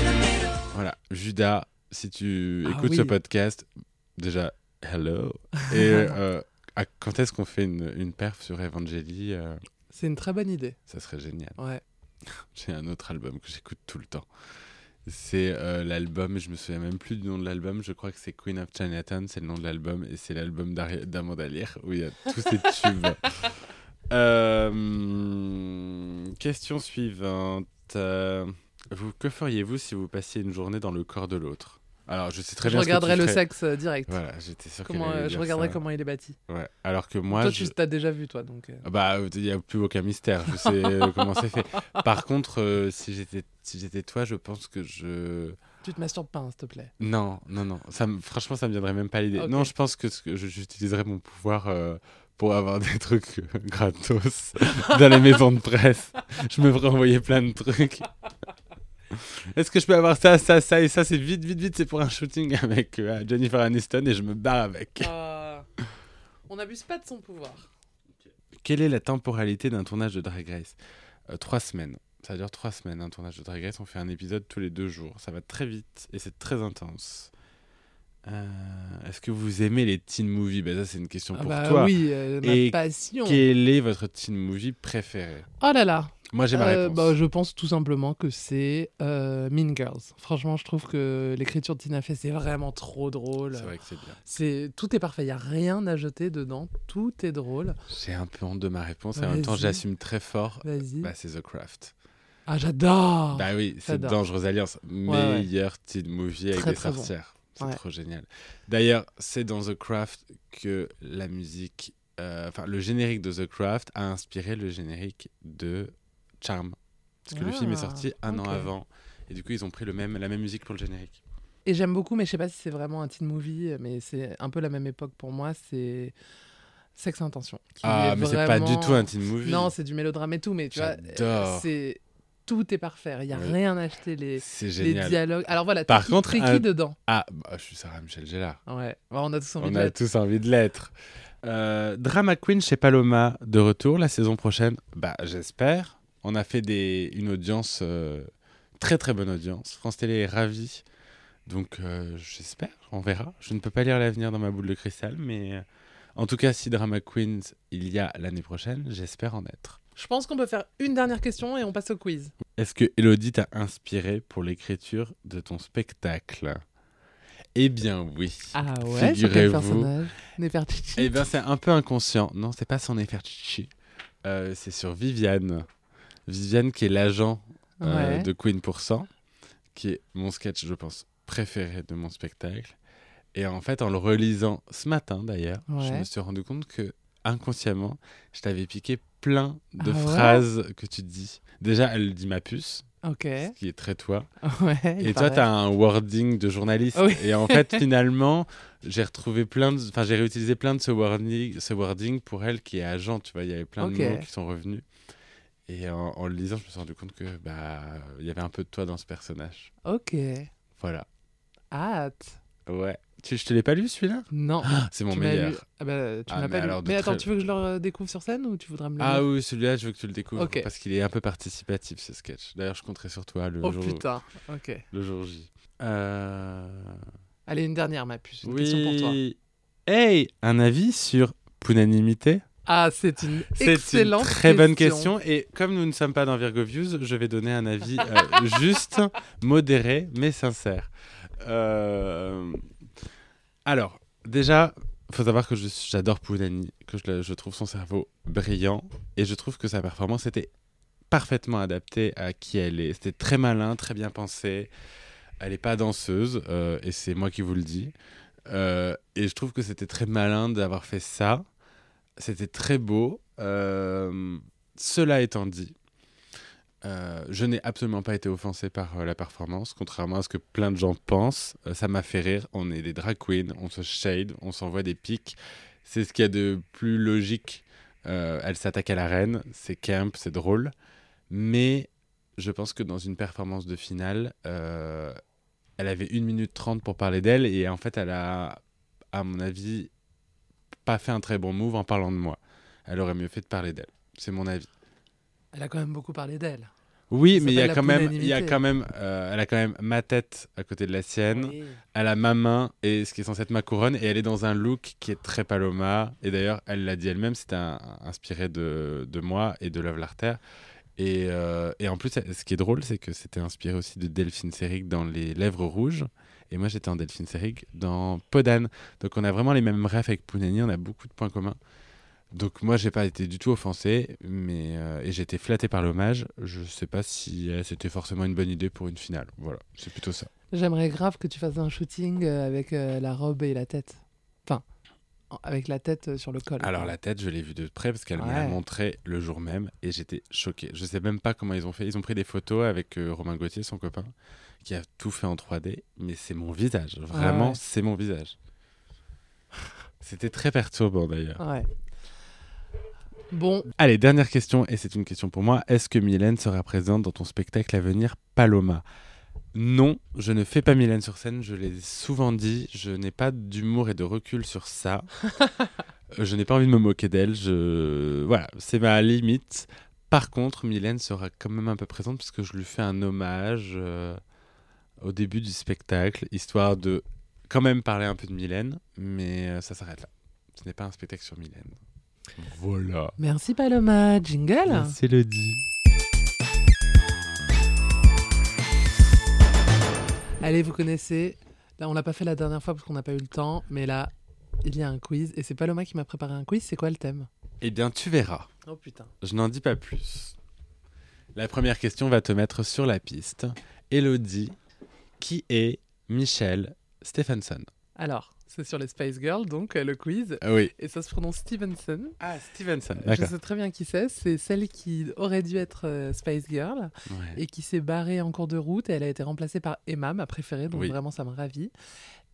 [SPEAKER 4] on se pardonne. And now, caught in the middle.
[SPEAKER 2] Voilà, Judas, si tu
[SPEAKER 1] Ah
[SPEAKER 2] écoutes
[SPEAKER 1] oui.
[SPEAKER 2] ce podcast, déjà, hello. Et euh, à- quand est-ce qu'on fait une, une perf sur Evangeli euh,
[SPEAKER 1] C'est une très bonne idée.
[SPEAKER 2] Ça serait génial.
[SPEAKER 1] Ouais.
[SPEAKER 2] J'ai un autre album que j'écoute tout le temps. C'est euh, l'album, je me souviens même plus du nom de l'album, je crois que c'est Queen of Chinatown, c'est le nom de l'album, et c'est l'album d'Ari- d'Amandalire, où il y a tous ces tubes. Euh, question suivante. Euh, vous, que feriez-vous si vous passiez une journée dans le corps de l'autre Alors, je sais très
[SPEAKER 1] je
[SPEAKER 2] bien ce que tu
[SPEAKER 1] regarderai le
[SPEAKER 2] ferais.
[SPEAKER 1] sexe euh, direct.
[SPEAKER 2] Voilà, j'étais sûr
[SPEAKER 1] Comment,
[SPEAKER 2] qu'elle allait
[SPEAKER 1] euh, je
[SPEAKER 2] dire
[SPEAKER 1] regarderai
[SPEAKER 2] ça.
[SPEAKER 1] comment il est bâti.
[SPEAKER 2] Ouais. Alors que moi,
[SPEAKER 1] toi,
[SPEAKER 2] je-
[SPEAKER 1] tu t'as déjà vu, toi, donc. euh,
[SPEAKER 2] ah Bah, il n'y a plus aucun mystère. Je sais euh, comment c'est fait. Par contre, euh, si j'étais si j'étais toi, je pense que je
[SPEAKER 1] tu te masturbes pas, hein, s'il te plaît.
[SPEAKER 2] non, non, non. Ça, me- franchement, ça me viendrait même pas à l'idée.
[SPEAKER 1] Ok.
[SPEAKER 2] Non, je pense que, ce que je- j'utiliserais mon pouvoir euh, pour avoir des trucs euh, gratos dans les maisons de presse. Je me ferais envoyer plein de trucs. Est-ce que je peux avoir ça, ça, ça et ça C'est vite, vite, vite. C'est pour un shooting avec euh, Jennifer Aniston et je me barre avec.
[SPEAKER 1] Ah, on n'abuse pas de son pouvoir.
[SPEAKER 2] Quelle est la temporalité d'un tournage de Drag Race Euh, Trois semaines. Ça dure trois semaines, un tournage de Drag Race. On fait un épisode tous les deux jours. Ça va très vite et c'est très intense. Euh, Est-ce que vous aimez les teen movies Bah, Ça, c'est une question
[SPEAKER 1] Ah
[SPEAKER 2] pour
[SPEAKER 1] bah
[SPEAKER 2] toi.
[SPEAKER 1] oui, euh, ma
[SPEAKER 2] Et
[SPEAKER 1] passion.
[SPEAKER 2] Quel est votre teen movie préféré
[SPEAKER 1] Oh là là.
[SPEAKER 2] Moi, j'ai ma
[SPEAKER 1] Euh,
[SPEAKER 2] réponse.
[SPEAKER 1] bah, je pense tout simplement que c'est euh, Mean Girls. Franchement, je trouve que l'écriture de Tina Fey, c'est vraiment trop drôle.
[SPEAKER 2] C'est vrai que c'est bien.
[SPEAKER 1] C'est tout est parfait, il y a rien à jeter dedans, tout est drôle.
[SPEAKER 2] J'ai un peu honte de ma réponse et en même temps,
[SPEAKER 1] Vas-y.
[SPEAKER 2] j'assume très fort.
[SPEAKER 1] Vas-y.
[SPEAKER 2] Bah, c'est The Craft.
[SPEAKER 1] ah j'adore.
[SPEAKER 2] Bah oui, c'est
[SPEAKER 1] j'adore.
[SPEAKER 2] Dangereuse Alliance,
[SPEAKER 1] ouais.
[SPEAKER 2] meilleur teen movie avec
[SPEAKER 1] Très,
[SPEAKER 2] des
[SPEAKER 1] très bon.
[SPEAKER 2] sorcières. C'est
[SPEAKER 1] Ouais.
[SPEAKER 2] trop génial. D'ailleurs, c'est dans The Craft que la musique, euh, enfin le générique de The Craft a inspiré le générique de Charm. Parce que le film est
[SPEAKER 1] Ah,
[SPEAKER 2] sorti un
[SPEAKER 1] ok.
[SPEAKER 2] an avant. Et du coup, ils ont pris le même, la même musique pour le générique.
[SPEAKER 1] Et j'aime beaucoup, mais je sais pas si c'est vraiment un teen movie, mais c'est un peu la même époque pour moi. C'est Sex Intention. qui
[SPEAKER 2] ah,
[SPEAKER 1] est
[SPEAKER 2] mais c'est pas du
[SPEAKER 1] vraiment-
[SPEAKER 2] tout un teen movie.
[SPEAKER 1] Non, c'est du mélodrame et tout, mais tu vois,
[SPEAKER 2] J'adore.
[SPEAKER 1] euh, c'est tout est parfait. Il y a
[SPEAKER 2] Oui.
[SPEAKER 1] rien à acheter les
[SPEAKER 2] c'est
[SPEAKER 1] les
[SPEAKER 2] génial.
[SPEAKER 1] dialogues. Alors voilà,
[SPEAKER 2] Par
[SPEAKER 1] t'es qui-
[SPEAKER 2] contre,
[SPEAKER 1] t'es qui
[SPEAKER 2] un-
[SPEAKER 1] dedans
[SPEAKER 2] Ah, bah, je suis Sarah Michel Gellar.
[SPEAKER 1] Ouais, Bon, on a tous envie
[SPEAKER 2] On
[SPEAKER 1] de
[SPEAKER 2] a
[SPEAKER 1] l'être.
[SPEAKER 2] tous envie de l'être. Euh, Drama Queen chez Paloma, de retour la saison prochaine. Bah, j'espère. On a fait des, une audience, euh, très très bonne audience. France Télé est ravie. Donc, euh, j'espère, on verra. Je ne peux pas lire l'avenir dans ma boule de cristal, mais euh, en tout cas, si Drama Queens il y a l'année prochaine, j'espère en être.
[SPEAKER 1] Je pense qu'on peut faire une dernière question et on passe au quiz.
[SPEAKER 2] Est-ce que Elodie t'a inspiré pour l'écriture de ton spectacle Eh bien, oui.
[SPEAKER 1] Ah
[SPEAKER 2] ouais, sur quel Figurez-vous. personnage
[SPEAKER 1] Nefertiti.
[SPEAKER 2] Eh bien, c'est un peu inconscient. Non, c'est pas son effet chichi. Euh, c'est sur Viviane. Viviane qui est l'agent euh,
[SPEAKER 1] Ouais.
[SPEAKER 2] de Queen pour cent, qui est mon sketch, je pense, préféré de mon spectacle. Et en fait, en le relisant ce matin d'ailleurs, je
[SPEAKER 1] Ouais.
[SPEAKER 2] me suis rendu compte que inconsciemment, je t'avais piqué plein de
[SPEAKER 1] Ah ouais
[SPEAKER 2] phrases que tu dis. Déjà, elle dit ma puce,
[SPEAKER 1] Ok.
[SPEAKER 2] ce qui est très toi.
[SPEAKER 1] Ouais,
[SPEAKER 2] Et toi, tu as un wording de journaliste.
[SPEAKER 1] Oui.
[SPEAKER 2] Et en fait, finalement, j'ai retrouvé plein de... Enfin, j'ai réutilisé plein de ce wording, ce wording pour elle qui est agent, tu vois. Il y avait plein
[SPEAKER 1] Ok.
[SPEAKER 2] de mots qui sont revenus. Et en, en le lisant, je me suis rendu compte que bah il y avait un peu de toi dans ce personnage.
[SPEAKER 1] Ok.
[SPEAKER 2] Voilà.
[SPEAKER 1] Hâte.
[SPEAKER 2] Ouais. Tu, je te l'ai pas lu celui-là
[SPEAKER 1] Non.
[SPEAKER 2] Ah, C'est mon
[SPEAKER 1] tu m'as
[SPEAKER 2] meilleur.
[SPEAKER 1] lu- Ah bah, tu
[SPEAKER 2] Ah,
[SPEAKER 1] m'as
[SPEAKER 2] mais
[SPEAKER 1] pas lu.
[SPEAKER 2] alors de
[SPEAKER 1] Mais attends,
[SPEAKER 2] très-
[SPEAKER 1] tu veux que je le redécouvre sur scène ou tu voudras me le
[SPEAKER 2] Ah
[SPEAKER 1] lire
[SPEAKER 2] oui, celui-là, je veux que tu le découvres
[SPEAKER 1] Ok.
[SPEAKER 2] parce qu'il est un peu participatif ce sketch. D'ailleurs, je compterai sur toi le,
[SPEAKER 1] Oh
[SPEAKER 2] jour,
[SPEAKER 1] putain. Ok.
[SPEAKER 2] le jour J. Euh...
[SPEAKER 1] Allez, une dernière, ma puce. Une question pour toi.
[SPEAKER 2] Hey, un avis sur Punanimité
[SPEAKER 1] Ah, c'est une
[SPEAKER 2] C'est une
[SPEAKER 1] excellente
[SPEAKER 2] très bonne question. Et comme nous ne sommes pas dans Virgo Views, je vais donner un avis euh, juste, modéré, mais sincère. Euh, Alors, déjà, faut savoir que je- j'adore Pounani, que je, le- je trouve son cerveau brillant. Et je trouve que sa performance était parfaitement adaptée à qui elle est. C'était très malin, très bien pensé. Elle n'est pas danseuse, euh, et c'est moi qui vous le dis. Euh, et je trouve que c'était très malin d'avoir fait ça. C'était très beau. Euh, cela étant dit, euh, je n'ai absolument pas été offensé par euh, la performance, contrairement à ce que plein de gens pensent. Euh, ça m'a fait rire. On est des drag queens, on se shade, on s'envoie des pics. C'est ce qu'il y a de plus logique. Euh, elle s'attaque à la reine, c'est camp, c'est drôle. Mais je pense que dans une performance de finale, euh, elle avait 1 minute 30 pour parler d'elle et en fait, elle a, à mon avis, pas fait un très bon move en parlant de moi. Elle aurait mieux fait de parler d'elle. C'est mon avis.
[SPEAKER 1] Elle a quand même beaucoup parlé d'elle.
[SPEAKER 2] Oui,
[SPEAKER 1] Ça
[SPEAKER 2] mais il y a
[SPEAKER 1] s'appelle
[SPEAKER 2] quand
[SPEAKER 1] la
[SPEAKER 2] même, il y a
[SPEAKER 1] pusillanimité.
[SPEAKER 2] quand même, euh, elle a quand même ma tête à côté de la sienne.
[SPEAKER 1] Oui.
[SPEAKER 2] Elle a ma main et ce qui est censé être ma couronne et elle est dans un look qui est très Paloma et d'ailleurs elle l'a dit elle-même c'était un- inspiré de, de moi et de Love Larter et, euh, et en plus ce qui est drôle c'est que c'était inspiré aussi de Delphine Seyrig dans Les Lèvres Rouges et moi j'étais en Delphine Seyrig dans Podane donc on a vraiment les mêmes rêves avec Pounani on a beaucoup de points communs donc moi j'ai pas été du tout offensé mais euh, et j'ai été flatté par l'hommage je sais pas si euh, c'était forcément une bonne idée pour une finale voilà c'est plutôt ça
[SPEAKER 1] J'aimerais grave que tu fasses un shooting euh, avec euh, la robe et la tête. Enfin, en- avec la tête euh, sur le col.
[SPEAKER 2] Alors la tête, je l'ai vue de près parce qu'elle me l'a
[SPEAKER 1] Ouais.
[SPEAKER 2] montré le jour même et j'étais choqué. Je sais même pas comment ils ont fait. Ils ont pris des photos avec euh, Romain Gauthier, son copain, qui a tout fait en 3D, mais c'est mon visage. Vraiment,
[SPEAKER 1] ouais.
[SPEAKER 2] c'est mon visage. C'était très perturbant d'ailleurs.
[SPEAKER 1] Ouais. Bon,
[SPEAKER 2] Allez, dernière question, et c'est une question pour moi. Est-ce que Mylène sera présente dans ton spectacle à venir, Paloma Non, je ne fais pas Mylène sur scène, je l'ai souvent dit, je n'ai pas d'humour et de recul sur ça. Euh, je n'ai pas envie de me moquer d'elle, je... voilà, c'est ma limite. Par contre, Mylène sera quand même un peu présente puisque je lui fais un hommage euh, au début du spectacle, histoire de quand même parler un peu de Mylène, mais euh, ça s'arrête là. Ce n'est pas un spectacle sur Mylène. Voilà.
[SPEAKER 1] merci Paloma. Jingle
[SPEAKER 2] Merci Elodie.
[SPEAKER 1] Allez, vous connaissez. Là, on l'a pas fait la dernière fois parce qu'on n'a pas eu le temps, mais là, il y a un quiz. Et c'est Paloma qui m'a préparé un quiz. C'est quoi le thème
[SPEAKER 2] Eh bien, tu verras.
[SPEAKER 1] Oh putain.
[SPEAKER 2] Je n'en dis pas plus. La première question va te mettre sur la piste. Elodie, qui est Michelle Stephenson
[SPEAKER 1] Alors, c'est sur les Spice Girls, donc euh, le quiz.
[SPEAKER 2] Ah oui.
[SPEAKER 1] Et ça se prononce Stevenson.
[SPEAKER 2] Ah, Stevenson.
[SPEAKER 1] Je
[SPEAKER 2] D'accord.
[SPEAKER 1] sais très bien qui c'est. C'est celle qui aurait dû être euh, Spice Girl.
[SPEAKER 2] Ouais.
[SPEAKER 1] et qui s'est barrée en cours de route. Et elle a été remplacée par Emma, ma préférée, donc
[SPEAKER 2] Oui.
[SPEAKER 1] vraiment ça me ravit.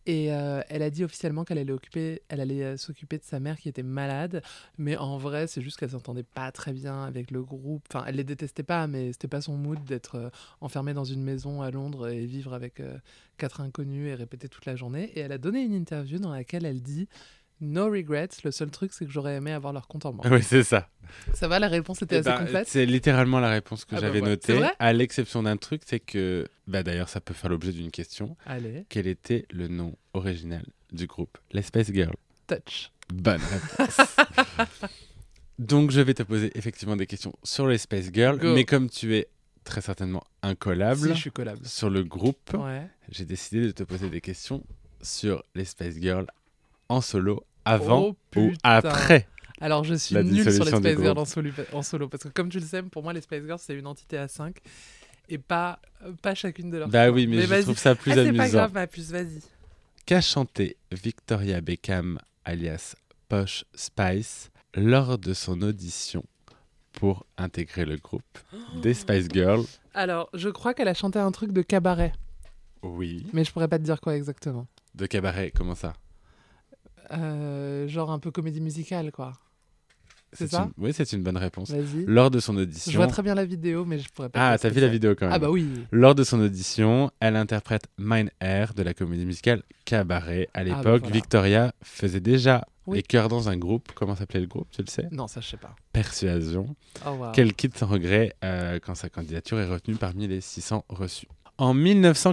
[SPEAKER 1] Et euh, elle a dit officiellement qu'elle allait, occuper- elle allait euh, s'occuper de sa mère qui était malade. Mais en vrai, c'est juste qu'elle s'entendait pas très bien avec le groupe. Enfin, elle les détestait pas, mais c'était pas son mood d'être euh, enfermée dans une maison à Londres et vivre avec euh, quatre inconnus et répéter toute la journée. Et elle a donné une interview dans laquelle elle dit No regrets, le seul truc c'est que j'aurais aimé avoir leur compte en banque.
[SPEAKER 2] Ah Oui, c'est ça.
[SPEAKER 1] Ça va, la réponse était
[SPEAKER 2] Eh
[SPEAKER 1] assez
[SPEAKER 2] ben,
[SPEAKER 1] complète.
[SPEAKER 2] c'est littéralement la réponse
[SPEAKER 1] Ah
[SPEAKER 2] que
[SPEAKER 1] bah
[SPEAKER 2] j'avais
[SPEAKER 1] voilà. C'est
[SPEAKER 2] notée.
[SPEAKER 1] vrai
[SPEAKER 2] À l'exception d'un truc, c'est que, bah d'ailleurs, ça peut faire l'objet d'une question.
[SPEAKER 1] Allez,
[SPEAKER 2] Quel était le nom original du groupe Les Spice Girls
[SPEAKER 1] touch.
[SPEAKER 2] Bonne réponse. Donc, je vais te poser effectivement des questions sur les Space Girls,
[SPEAKER 1] Go.
[SPEAKER 2] mais comme tu es très certainement incollable
[SPEAKER 1] Si, je suis collable.
[SPEAKER 2] sur le groupe,
[SPEAKER 1] Ouais.
[SPEAKER 2] j'ai décidé de te poser des questions sur les Space Girls en solo, avant
[SPEAKER 1] Oh,
[SPEAKER 2] ou
[SPEAKER 1] putain.
[SPEAKER 2] après.
[SPEAKER 1] Alors, je suis
[SPEAKER 2] La
[SPEAKER 1] nulle sur les
[SPEAKER 2] dissolution du
[SPEAKER 1] Space Girls
[SPEAKER 2] groupe.
[SPEAKER 1] en solo, en solo, Parce que, comme tu le sais, pour moi, les Space Girls, c'est une entité à 5 et pas, euh, pas chacune de leurs.
[SPEAKER 2] Bah oui, mais, je
[SPEAKER 1] vas-y.
[SPEAKER 2] trouve ça plus
[SPEAKER 1] Ah, c'est pas
[SPEAKER 2] amusant.
[SPEAKER 1] grave, ma puce, vas-y.
[SPEAKER 2] Qu'a chanté Victoria Beckham, alias Posh Spice, lors de son audition pour intégrer le groupe des Spice Girls
[SPEAKER 1] Alors, je crois qu'elle a chanté un truc de cabaret,
[SPEAKER 2] Oui.
[SPEAKER 1] mais je pourrais pas te dire quoi exactement.
[SPEAKER 2] De cabaret, comment ça
[SPEAKER 1] Euh, genre un peu comédie musicale, quoi. C'est
[SPEAKER 2] C'est
[SPEAKER 1] ça
[SPEAKER 2] une- Oui, c'est une bonne réponse.
[SPEAKER 1] Vas-y.
[SPEAKER 2] Lors de son
[SPEAKER 1] Je
[SPEAKER 2] audition.
[SPEAKER 1] vois très bien la vidéo, mais je pourrais pas.
[SPEAKER 2] Ah,
[SPEAKER 1] te
[SPEAKER 2] t'as
[SPEAKER 1] dire ce
[SPEAKER 2] vu
[SPEAKER 1] que
[SPEAKER 2] la vidéo quand
[SPEAKER 1] c'est.
[SPEAKER 2] même.
[SPEAKER 1] Ah, bah oui.
[SPEAKER 2] Lors de son audition, elle interprète Mine Air de la comédie musicale Cabaret. À l'époque,
[SPEAKER 1] Ah, bah voilà.
[SPEAKER 2] Victoria faisait déjà
[SPEAKER 1] Oui.
[SPEAKER 2] les chœurs dans un groupe. Comment s'appelait le groupe, tu le sais
[SPEAKER 1] Non, ça, je sais pas.
[SPEAKER 2] Persuasion.
[SPEAKER 1] Oh, wow.
[SPEAKER 2] Qu'elle quitte sans Ah. regret euh, quand sa candidature est retenue parmi les 600 reçus. En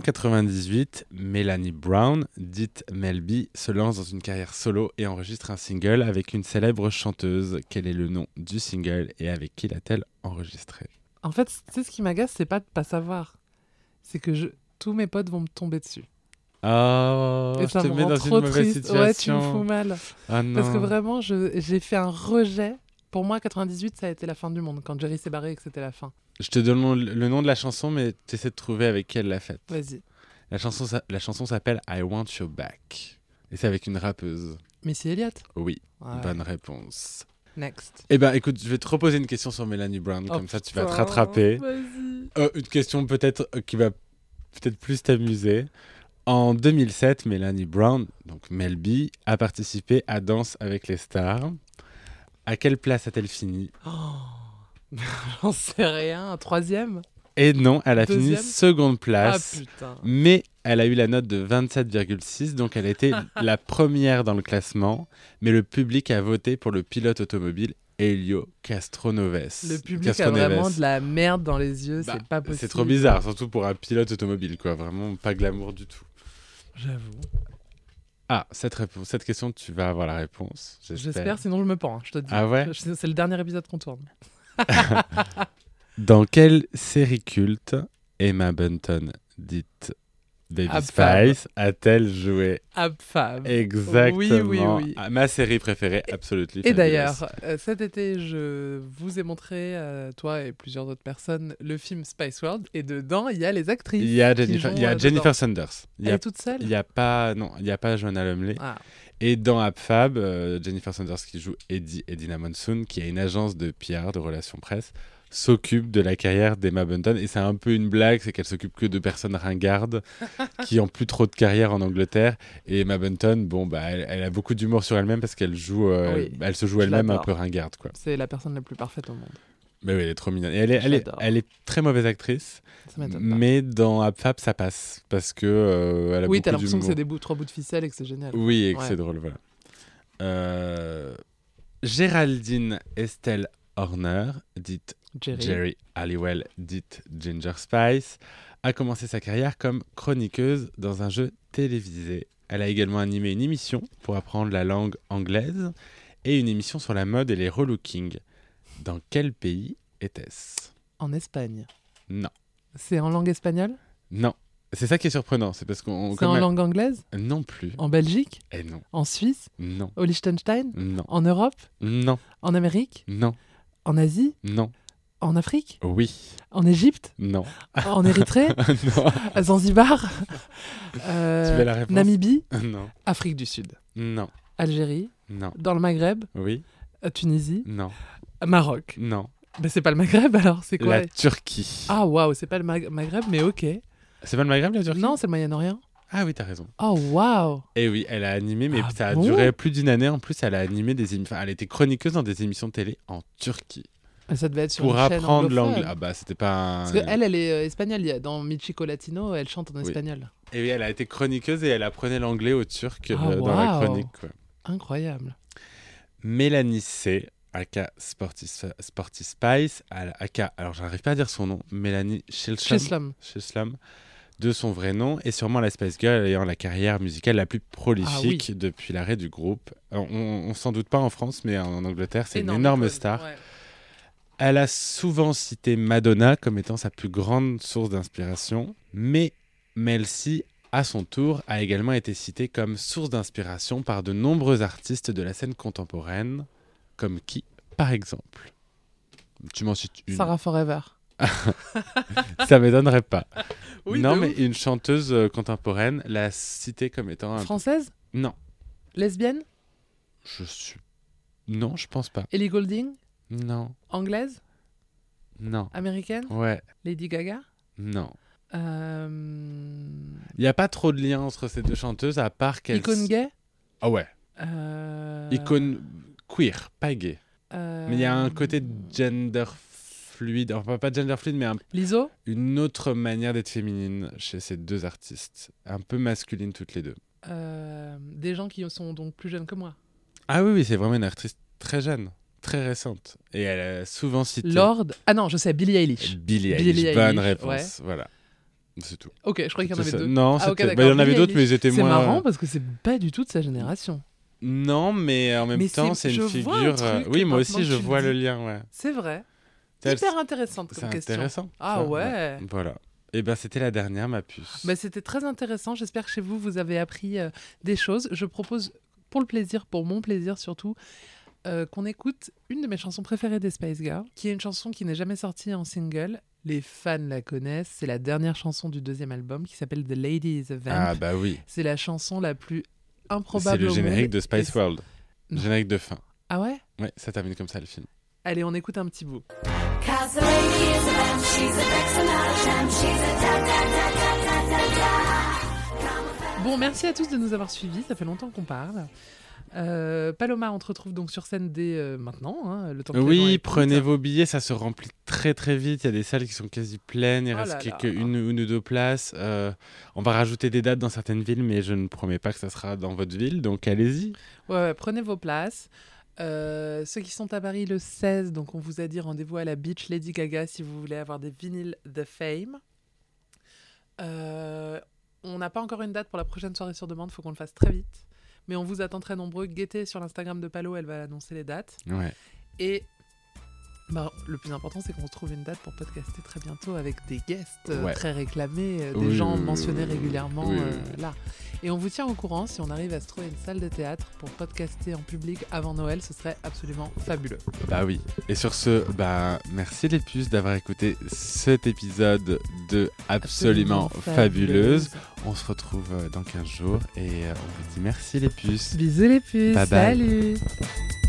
[SPEAKER 2] 1998, Melanie Brown, dite Mel B, se lance dans une carrière solo et enregistre un single avec une célèbre chanteuse. Quel est le nom du single et avec qui l'a-t-elle enregistré
[SPEAKER 1] En fait, tu sais, ce qui m'agace, c'est pas de pas savoir. C'est que je... tous mes potes vont me tomber dessus.
[SPEAKER 2] Oh,
[SPEAKER 1] et
[SPEAKER 2] je
[SPEAKER 1] ça
[SPEAKER 2] te
[SPEAKER 1] me
[SPEAKER 2] mets
[SPEAKER 1] rend
[SPEAKER 2] dans
[SPEAKER 1] trop
[SPEAKER 2] une mauvaise
[SPEAKER 1] triste. Ouais, tu me
[SPEAKER 2] situation.
[SPEAKER 1] fous mal.
[SPEAKER 2] Ah non.
[SPEAKER 1] Parce que vraiment, je- j'ai fait un rejet. Pour moi, 98, ça a été la fin du monde, quand Jerry s'est barré et que c'était la fin.
[SPEAKER 2] Je te donne le- le nom de la chanson, mais tu essaies de trouver avec qui elle l'a faite.
[SPEAKER 1] Vas-y.
[SPEAKER 2] La chanson, s'a- la chanson s'appelle I Want You Back. Et c'est avec une rappeuse.
[SPEAKER 1] Missy Elliott
[SPEAKER 2] Oui,
[SPEAKER 1] Ouais.
[SPEAKER 2] bonne réponse.
[SPEAKER 1] Next.
[SPEAKER 2] Eh ben écoute, je vais te reposer une question sur Mélanie Brown,
[SPEAKER 1] Oh,
[SPEAKER 2] comme ça tu vas te
[SPEAKER 1] putain,
[SPEAKER 2] rattraper.
[SPEAKER 1] Vas-y.
[SPEAKER 2] Euh, une question peut-être euh, qui va peut-être plus t'amuser. En 2007, Mélanie Brown, donc Mel B, a participé à Danse avec les stars. À quelle place a-t-elle fini
[SPEAKER 1] J'en sais Oh. rien. Un troisième
[SPEAKER 2] Et Eh non, elle a fini
[SPEAKER 1] Deuxième.
[SPEAKER 2] seconde
[SPEAKER 1] Ah
[SPEAKER 2] place.
[SPEAKER 1] putain.
[SPEAKER 2] mais elle a eu la note de 27,6, donc elle était la première dans le classement. Mais le public a voté pour le pilote automobile Helio Castronoves.
[SPEAKER 1] Le public a
[SPEAKER 2] Castroneves.
[SPEAKER 1] vraiment de la merde dans les yeux,
[SPEAKER 2] Bah,
[SPEAKER 1] c'est pas possible.
[SPEAKER 2] C'est trop bizarre, surtout pour un pilote automobile, quoi. Vraiment pas glamour du tout.
[SPEAKER 1] J'avoue.
[SPEAKER 2] Ah, cette, réponse, cette question, tu vas avoir la réponse. J'espère.
[SPEAKER 1] J'espère, sinon je me pends, hein, je te dis.
[SPEAKER 2] Ah ouais
[SPEAKER 1] Je- C'est le dernier épisode qu'on tourne.
[SPEAKER 2] Dans quelle série culte Emma Bunton, dite Baby
[SPEAKER 1] Ah,
[SPEAKER 2] Spice, a-t-elle joué
[SPEAKER 1] Ab Fab.
[SPEAKER 2] Exactement.
[SPEAKER 1] Oui, oui, oui.
[SPEAKER 2] Ah, Ma série préférée, absolument.
[SPEAKER 1] Et d'ailleurs, euh, cet été, je vous ai montré, euh, toi et plusieurs autres personnes, le film Spice World. Et dedans, il y a les actrices.
[SPEAKER 2] il y a
[SPEAKER 1] qui
[SPEAKER 2] Jennifer,
[SPEAKER 1] jouent,
[SPEAKER 2] il y a
[SPEAKER 1] euh,
[SPEAKER 2] Jennifer
[SPEAKER 1] dedans.
[SPEAKER 2] Sanders. Il y
[SPEAKER 1] Elle
[SPEAKER 2] a,
[SPEAKER 1] est toute seule
[SPEAKER 2] il y a pas, non, il y a pas Joanna Lumley.
[SPEAKER 1] Ah,
[SPEAKER 2] Et dans Ab Fab, euh, Jennifer Sanders qui joue Eddie Edina Monsoon, qui a une agence de PR, de relations presse, s'occupe de la carrière d'Emma Bunton. Et c'est un peu une blague, c'est qu'elle s'occupe que de personnes ringardes qui ont plus trop de carrière en Angleterre. Et Emma Bunton, bon, bah, elle, elle a beaucoup d'humour sur elle-même parce qu'elle joue, euh,
[SPEAKER 1] Oui,
[SPEAKER 2] elle se joue
[SPEAKER 1] je
[SPEAKER 2] elle-même un
[SPEAKER 1] l'adore.
[SPEAKER 2] peu ringarde, quoi.
[SPEAKER 1] c'est la personne la plus parfaite au monde.
[SPEAKER 2] Mais oui, elle est trop mignonne. Et elle est, elle est,
[SPEAKER 1] J'adore.
[SPEAKER 2] elle est très mauvaise actrice.
[SPEAKER 1] Ça m'étonne pas.
[SPEAKER 2] Mais dans Abfab, ça passe parce que euh, elle a
[SPEAKER 1] Oui, t'as
[SPEAKER 2] beaucoup d'humour.
[SPEAKER 1] l'impression que c'est des bouts, trois bouts de ficelle et que c'est génial.
[SPEAKER 2] Oui, et que
[SPEAKER 1] Ouais.
[SPEAKER 2] c'est drôle, voilà. Euh, Géraldine Estelle Horner, dite
[SPEAKER 1] Jerry.
[SPEAKER 2] Jerry Halliwell, dite Ginger Spice, a commencé sa carrière comme chroniqueuse dans un jeu télévisé. Elle a également animé une émission pour apprendre la langue anglaise et une émission sur la mode et les relooking. Dans quel pays était-ce
[SPEAKER 1] En Espagne.
[SPEAKER 2] Non.
[SPEAKER 1] C'est en langue espagnole
[SPEAKER 2] Non. C'est ça qui est surprenant, c'est parce qu'on...
[SPEAKER 1] C'est en
[SPEAKER 2] comme elle-
[SPEAKER 1] langue anglaise
[SPEAKER 2] Non plus.
[SPEAKER 1] En Belgique
[SPEAKER 2] Eh non,
[SPEAKER 1] En Suisse
[SPEAKER 2] non,
[SPEAKER 1] Au Liechtenstein
[SPEAKER 2] non,
[SPEAKER 1] En Europe
[SPEAKER 2] non,
[SPEAKER 1] En Amérique
[SPEAKER 2] non,
[SPEAKER 1] En Asie
[SPEAKER 2] non,
[SPEAKER 1] En Afrique
[SPEAKER 2] oui,
[SPEAKER 1] En Égypte
[SPEAKER 2] non,
[SPEAKER 1] En Érythrée
[SPEAKER 2] non,
[SPEAKER 1] À Zanzibar euh,
[SPEAKER 2] Tu veux la réponse
[SPEAKER 1] Namibie
[SPEAKER 2] non,
[SPEAKER 1] Afrique du Sud
[SPEAKER 2] non,
[SPEAKER 1] Algérie
[SPEAKER 2] non,
[SPEAKER 1] Dans le Maghreb
[SPEAKER 2] oui,
[SPEAKER 1] euh, Tunisie
[SPEAKER 2] non,
[SPEAKER 1] Maroc
[SPEAKER 2] non.
[SPEAKER 1] Mais c'est pas le Maghreb alors, c'est quoi
[SPEAKER 2] La Turquie.
[SPEAKER 1] Ah waouh, c'est pas le Mag- Maghreb, mais ok.
[SPEAKER 2] C'est pas le Maghreb, la Turquie
[SPEAKER 1] Non, c'est le Moyen-Orient.
[SPEAKER 2] Ah oui, t'as raison.
[SPEAKER 1] Oh waouh
[SPEAKER 2] Et oui, elle a animé, mais
[SPEAKER 1] Ah
[SPEAKER 2] ça a
[SPEAKER 1] bon
[SPEAKER 2] duré plus d'une année. En plus, elle a animé des émissions. Elle était chroniqueuse dans des émissions télé en Turquie.
[SPEAKER 1] Ah, Ça devait être sur
[SPEAKER 2] pour
[SPEAKER 1] une chaîne
[SPEAKER 2] apprendre l'anglais.
[SPEAKER 1] anglophone.
[SPEAKER 2] Ah bah, c'était pas un...
[SPEAKER 1] Parce qu'elle, elle est euh, espagnole. Il y a- Dans Michiko Latino, elle chante en
[SPEAKER 2] Oui.
[SPEAKER 1] espagnol.
[SPEAKER 2] Et Eh oui, elle a été chroniqueuse et elle apprenait l'anglais aux Turcs
[SPEAKER 1] Ah,
[SPEAKER 2] euh, dans la
[SPEAKER 1] waouh.
[SPEAKER 2] chronique. quoi.
[SPEAKER 1] Incroyable.
[SPEAKER 2] Mélanie C, aka Sporty, Sporty Spice, al- aka, alors j'arrive pas à dire son nom, Mélanie Shilsham,
[SPEAKER 1] Cheslam.
[SPEAKER 2] Shilsham, de son vrai nom, et sûrement la Spice Girl ayant la carrière musicale la plus prolifique depuis l'arrêt du groupe. On, on- on s'en doute pas en France, mais en Angleterre, c'est une énorme star. Elle a souvent cité Madonna comme étant sa plus grande source d'inspiration, mais Mel C, à son tour, a également été citée comme source d'inspiration par de nombreux artistes de la scène contemporaine, comme qui, par exemple Tu m'en cites une
[SPEAKER 1] Sarah Forever.
[SPEAKER 2] Ça m'étonnerait pas.
[SPEAKER 1] Oui,
[SPEAKER 2] non,
[SPEAKER 1] de
[SPEAKER 2] mais une chanteuse euh, contemporaine l'a citée comme étant... un-
[SPEAKER 1] Française
[SPEAKER 2] Non,
[SPEAKER 1] Lesbienne
[SPEAKER 2] je suis... Non, je pense pas.
[SPEAKER 1] Ellie Goulding
[SPEAKER 2] Non,
[SPEAKER 1] Anglaise
[SPEAKER 2] non,
[SPEAKER 1] Américaine
[SPEAKER 2] ouais,
[SPEAKER 1] Lady Gaga
[SPEAKER 2] non.
[SPEAKER 1] euh...
[SPEAKER 2] Il n'y a pas trop de lien entre ces deux chanteuses, à part qu'elles...
[SPEAKER 1] Icône gay
[SPEAKER 2] Ah ouais.
[SPEAKER 1] Euh,
[SPEAKER 2] Icône queer, pas gay.
[SPEAKER 1] euh,
[SPEAKER 2] Mais il y a un côté gender fluide, enfin pas gender fluide, mais un-
[SPEAKER 1] Lizzo
[SPEAKER 2] une autre manière d'être féminine chez ces deux artistes. Un peu masculine toutes les deux.
[SPEAKER 1] euh, Des gens qui sont donc plus jeunes que moi.
[SPEAKER 2] Ah oui, oui, c'est vraiment une artiste très jeune, très récente. Et elle a souvent cité
[SPEAKER 1] Lord. Ah non, je sais, Billie Eilish.
[SPEAKER 2] Billie Eilish.
[SPEAKER 1] Billie
[SPEAKER 2] Bonne
[SPEAKER 1] Eilish,
[SPEAKER 2] réponse, voilà. C'est tout.
[SPEAKER 1] Ok, je croyais qu'il y en avait
[SPEAKER 2] C'est ça.
[SPEAKER 1] deux.
[SPEAKER 2] Non,
[SPEAKER 1] Ah, ok,
[SPEAKER 2] c'était- bah, il
[SPEAKER 1] d'accord.
[SPEAKER 2] y en avait
[SPEAKER 1] Billie
[SPEAKER 2] d'autres, mais ils
[SPEAKER 1] Eilish.
[SPEAKER 2] étaient moins...
[SPEAKER 1] C'est marrant parce que c'est pas du tout de sa génération.
[SPEAKER 2] Non, mais en même
[SPEAKER 1] Mais
[SPEAKER 2] temps,
[SPEAKER 1] c'est-
[SPEAKER 2] c'est une
[SPEAKER 1] je vois un
[SPEAKER 2] figure... euh,
[SPEAKER 1] truc,
[SPEAKER 2] oui, moi
[SPEAKER 1] maintenant
[SPEAKER 2] aussi,
[SPEAKER 1] que
[SPEAKER 2] je
[SPEAKER 1] tu le
[SPEAKER 2] vois
[SPEAKER 1] dis.
[SPEAKER 2] le lien, ouais.
[SPEAKER 1] C'est vrai.
[SPEAKER 2] Elle-
[SPEAKER 1] Hyper intéressante
[SPEAKER 2] C'est
[SPEAKER 1] comme question.
[SPEAKER 2] intéressant.
[SPEAKER 1] Ah
[SPEAKER 2] ça,
[SPEAKER 1] ouais.
[SPEAKER 2] Voilà. Et ben c'était la dernière, ma puce.
[SPEAKER 1] Bah, C'était très intéressant. J'espère que chez vous, vous avez appris euh, des choses. Je propose, pour le plaisir, pour mon plaisir surtout, euh, qu'on écoute une de mes chansons préférées des Spice Girls, qui est une chanson qui n'est jamais sortie en single. Les fans la connaissent. C'est la dernière chanson du deuxième album qui s'appelle The Lady is a Vamp.
[SPEAKER 2] Ah bah oui.
[SPEAKER 1] C'est la chanson la plus
[SPEAKER 2] C'est
[SPEAKER 1] improbable
[SPEAKER 2] le
[SPEAKER 1] au
[SPEAKER 2] générique
[SPEAKER 1] monde.
[SPEAKER 2] de
[SPEAKER 1] Et
[SPEAKER 2] Spice
[SPEAKER 1] c'est-
[SPEAKER 2] World.
[SPEAKER 1] Non.
[SPEAKER 2] Générique de fin.
[SPEAKER 1] Ah ouais
[SPEAKER 2] Ouais, ça termine comme ça le film.
[SPEAKER 1] Allez, on écoute un petit bout.
[SPEAKER 4] Cause the lady is a vamp, she's a vex and not a sham, she's a da da da da da da da.
[SPEAKER 1] Bon, merci à tous de nous avoir suivis. Ça fait longtemps qu'on parle. Euh, Paloma, on te retrouve donc sur scène dès euh, maintenant. hein, le temps que les gens
[SPEAKER 2] Oui,
[SPEAKER 1] écoutent.
[SPEAKER 2] prenez vos billets, ça se remplit très très vite. Il y a des salles qui sont quasi pleines, il
[SPEAKER 1] Oh
[SPEAKER 2] reste
[SPEAKER 1] là là.
[SPEAKER 2] qu'une une ou deux places. Euh, on va rajouter des dates dans certaines villes, mais je ne promets pas que ça sera dans votre ville, donc allez-y.
[SPEAKER 1] Ouais, ouais, prenez vos places. Euh, ceux qui sont à Paris le 16, donc on vous a dit rendez-vous à la Beach Lady Gaga si vous voulez avoir des vinyles The Fame. Euh, on n'a pas encore une date pour la prochaine soirée sur demande, faut qu'on le fasse très vite. Mais on vous attend très nombreux. Guettez sur l'Instagram de Palo, elle va annoncer les dates.
[SPEAKER 2] Ouais.
[SPEAKER 1] Et bah, le plus important, c'est qu'on se trouve une date pour podcaster très bientôt avec des guests euh,
[SPEAKER 2] Ouais.
[SPEAKER 1] très réclamés, euh, des
[SPEAKER 2] Oui,
[SPEAKER 1] gens
[SPEAKER 2] oui, oui,
[SPEAKER 1] mentionnés
[SPEAKER 2] oui, oui.
[SPEAKER 1] régulièrement
[SPEAKER 2] Oui, oui,
[SPEAKER 1] euh, là. Et on vous tient au courant si on arrive à se trouver une salle de théâtre pour podcaster en public avant Noël, ce serait absolument fabuleux.
[SPEAKER 2] Bah oui. Et sur ce, bah merci les puces d'avoir écouté cet épisode de Absolument, fabuleuse. On se retrouve euh, dans 15 jours et euh, on vous dit merci les puces.
[SPEAKER 1] Bisous les puces,
[SPEAKER 2] Bye bye.
[SPEAKER 1] salut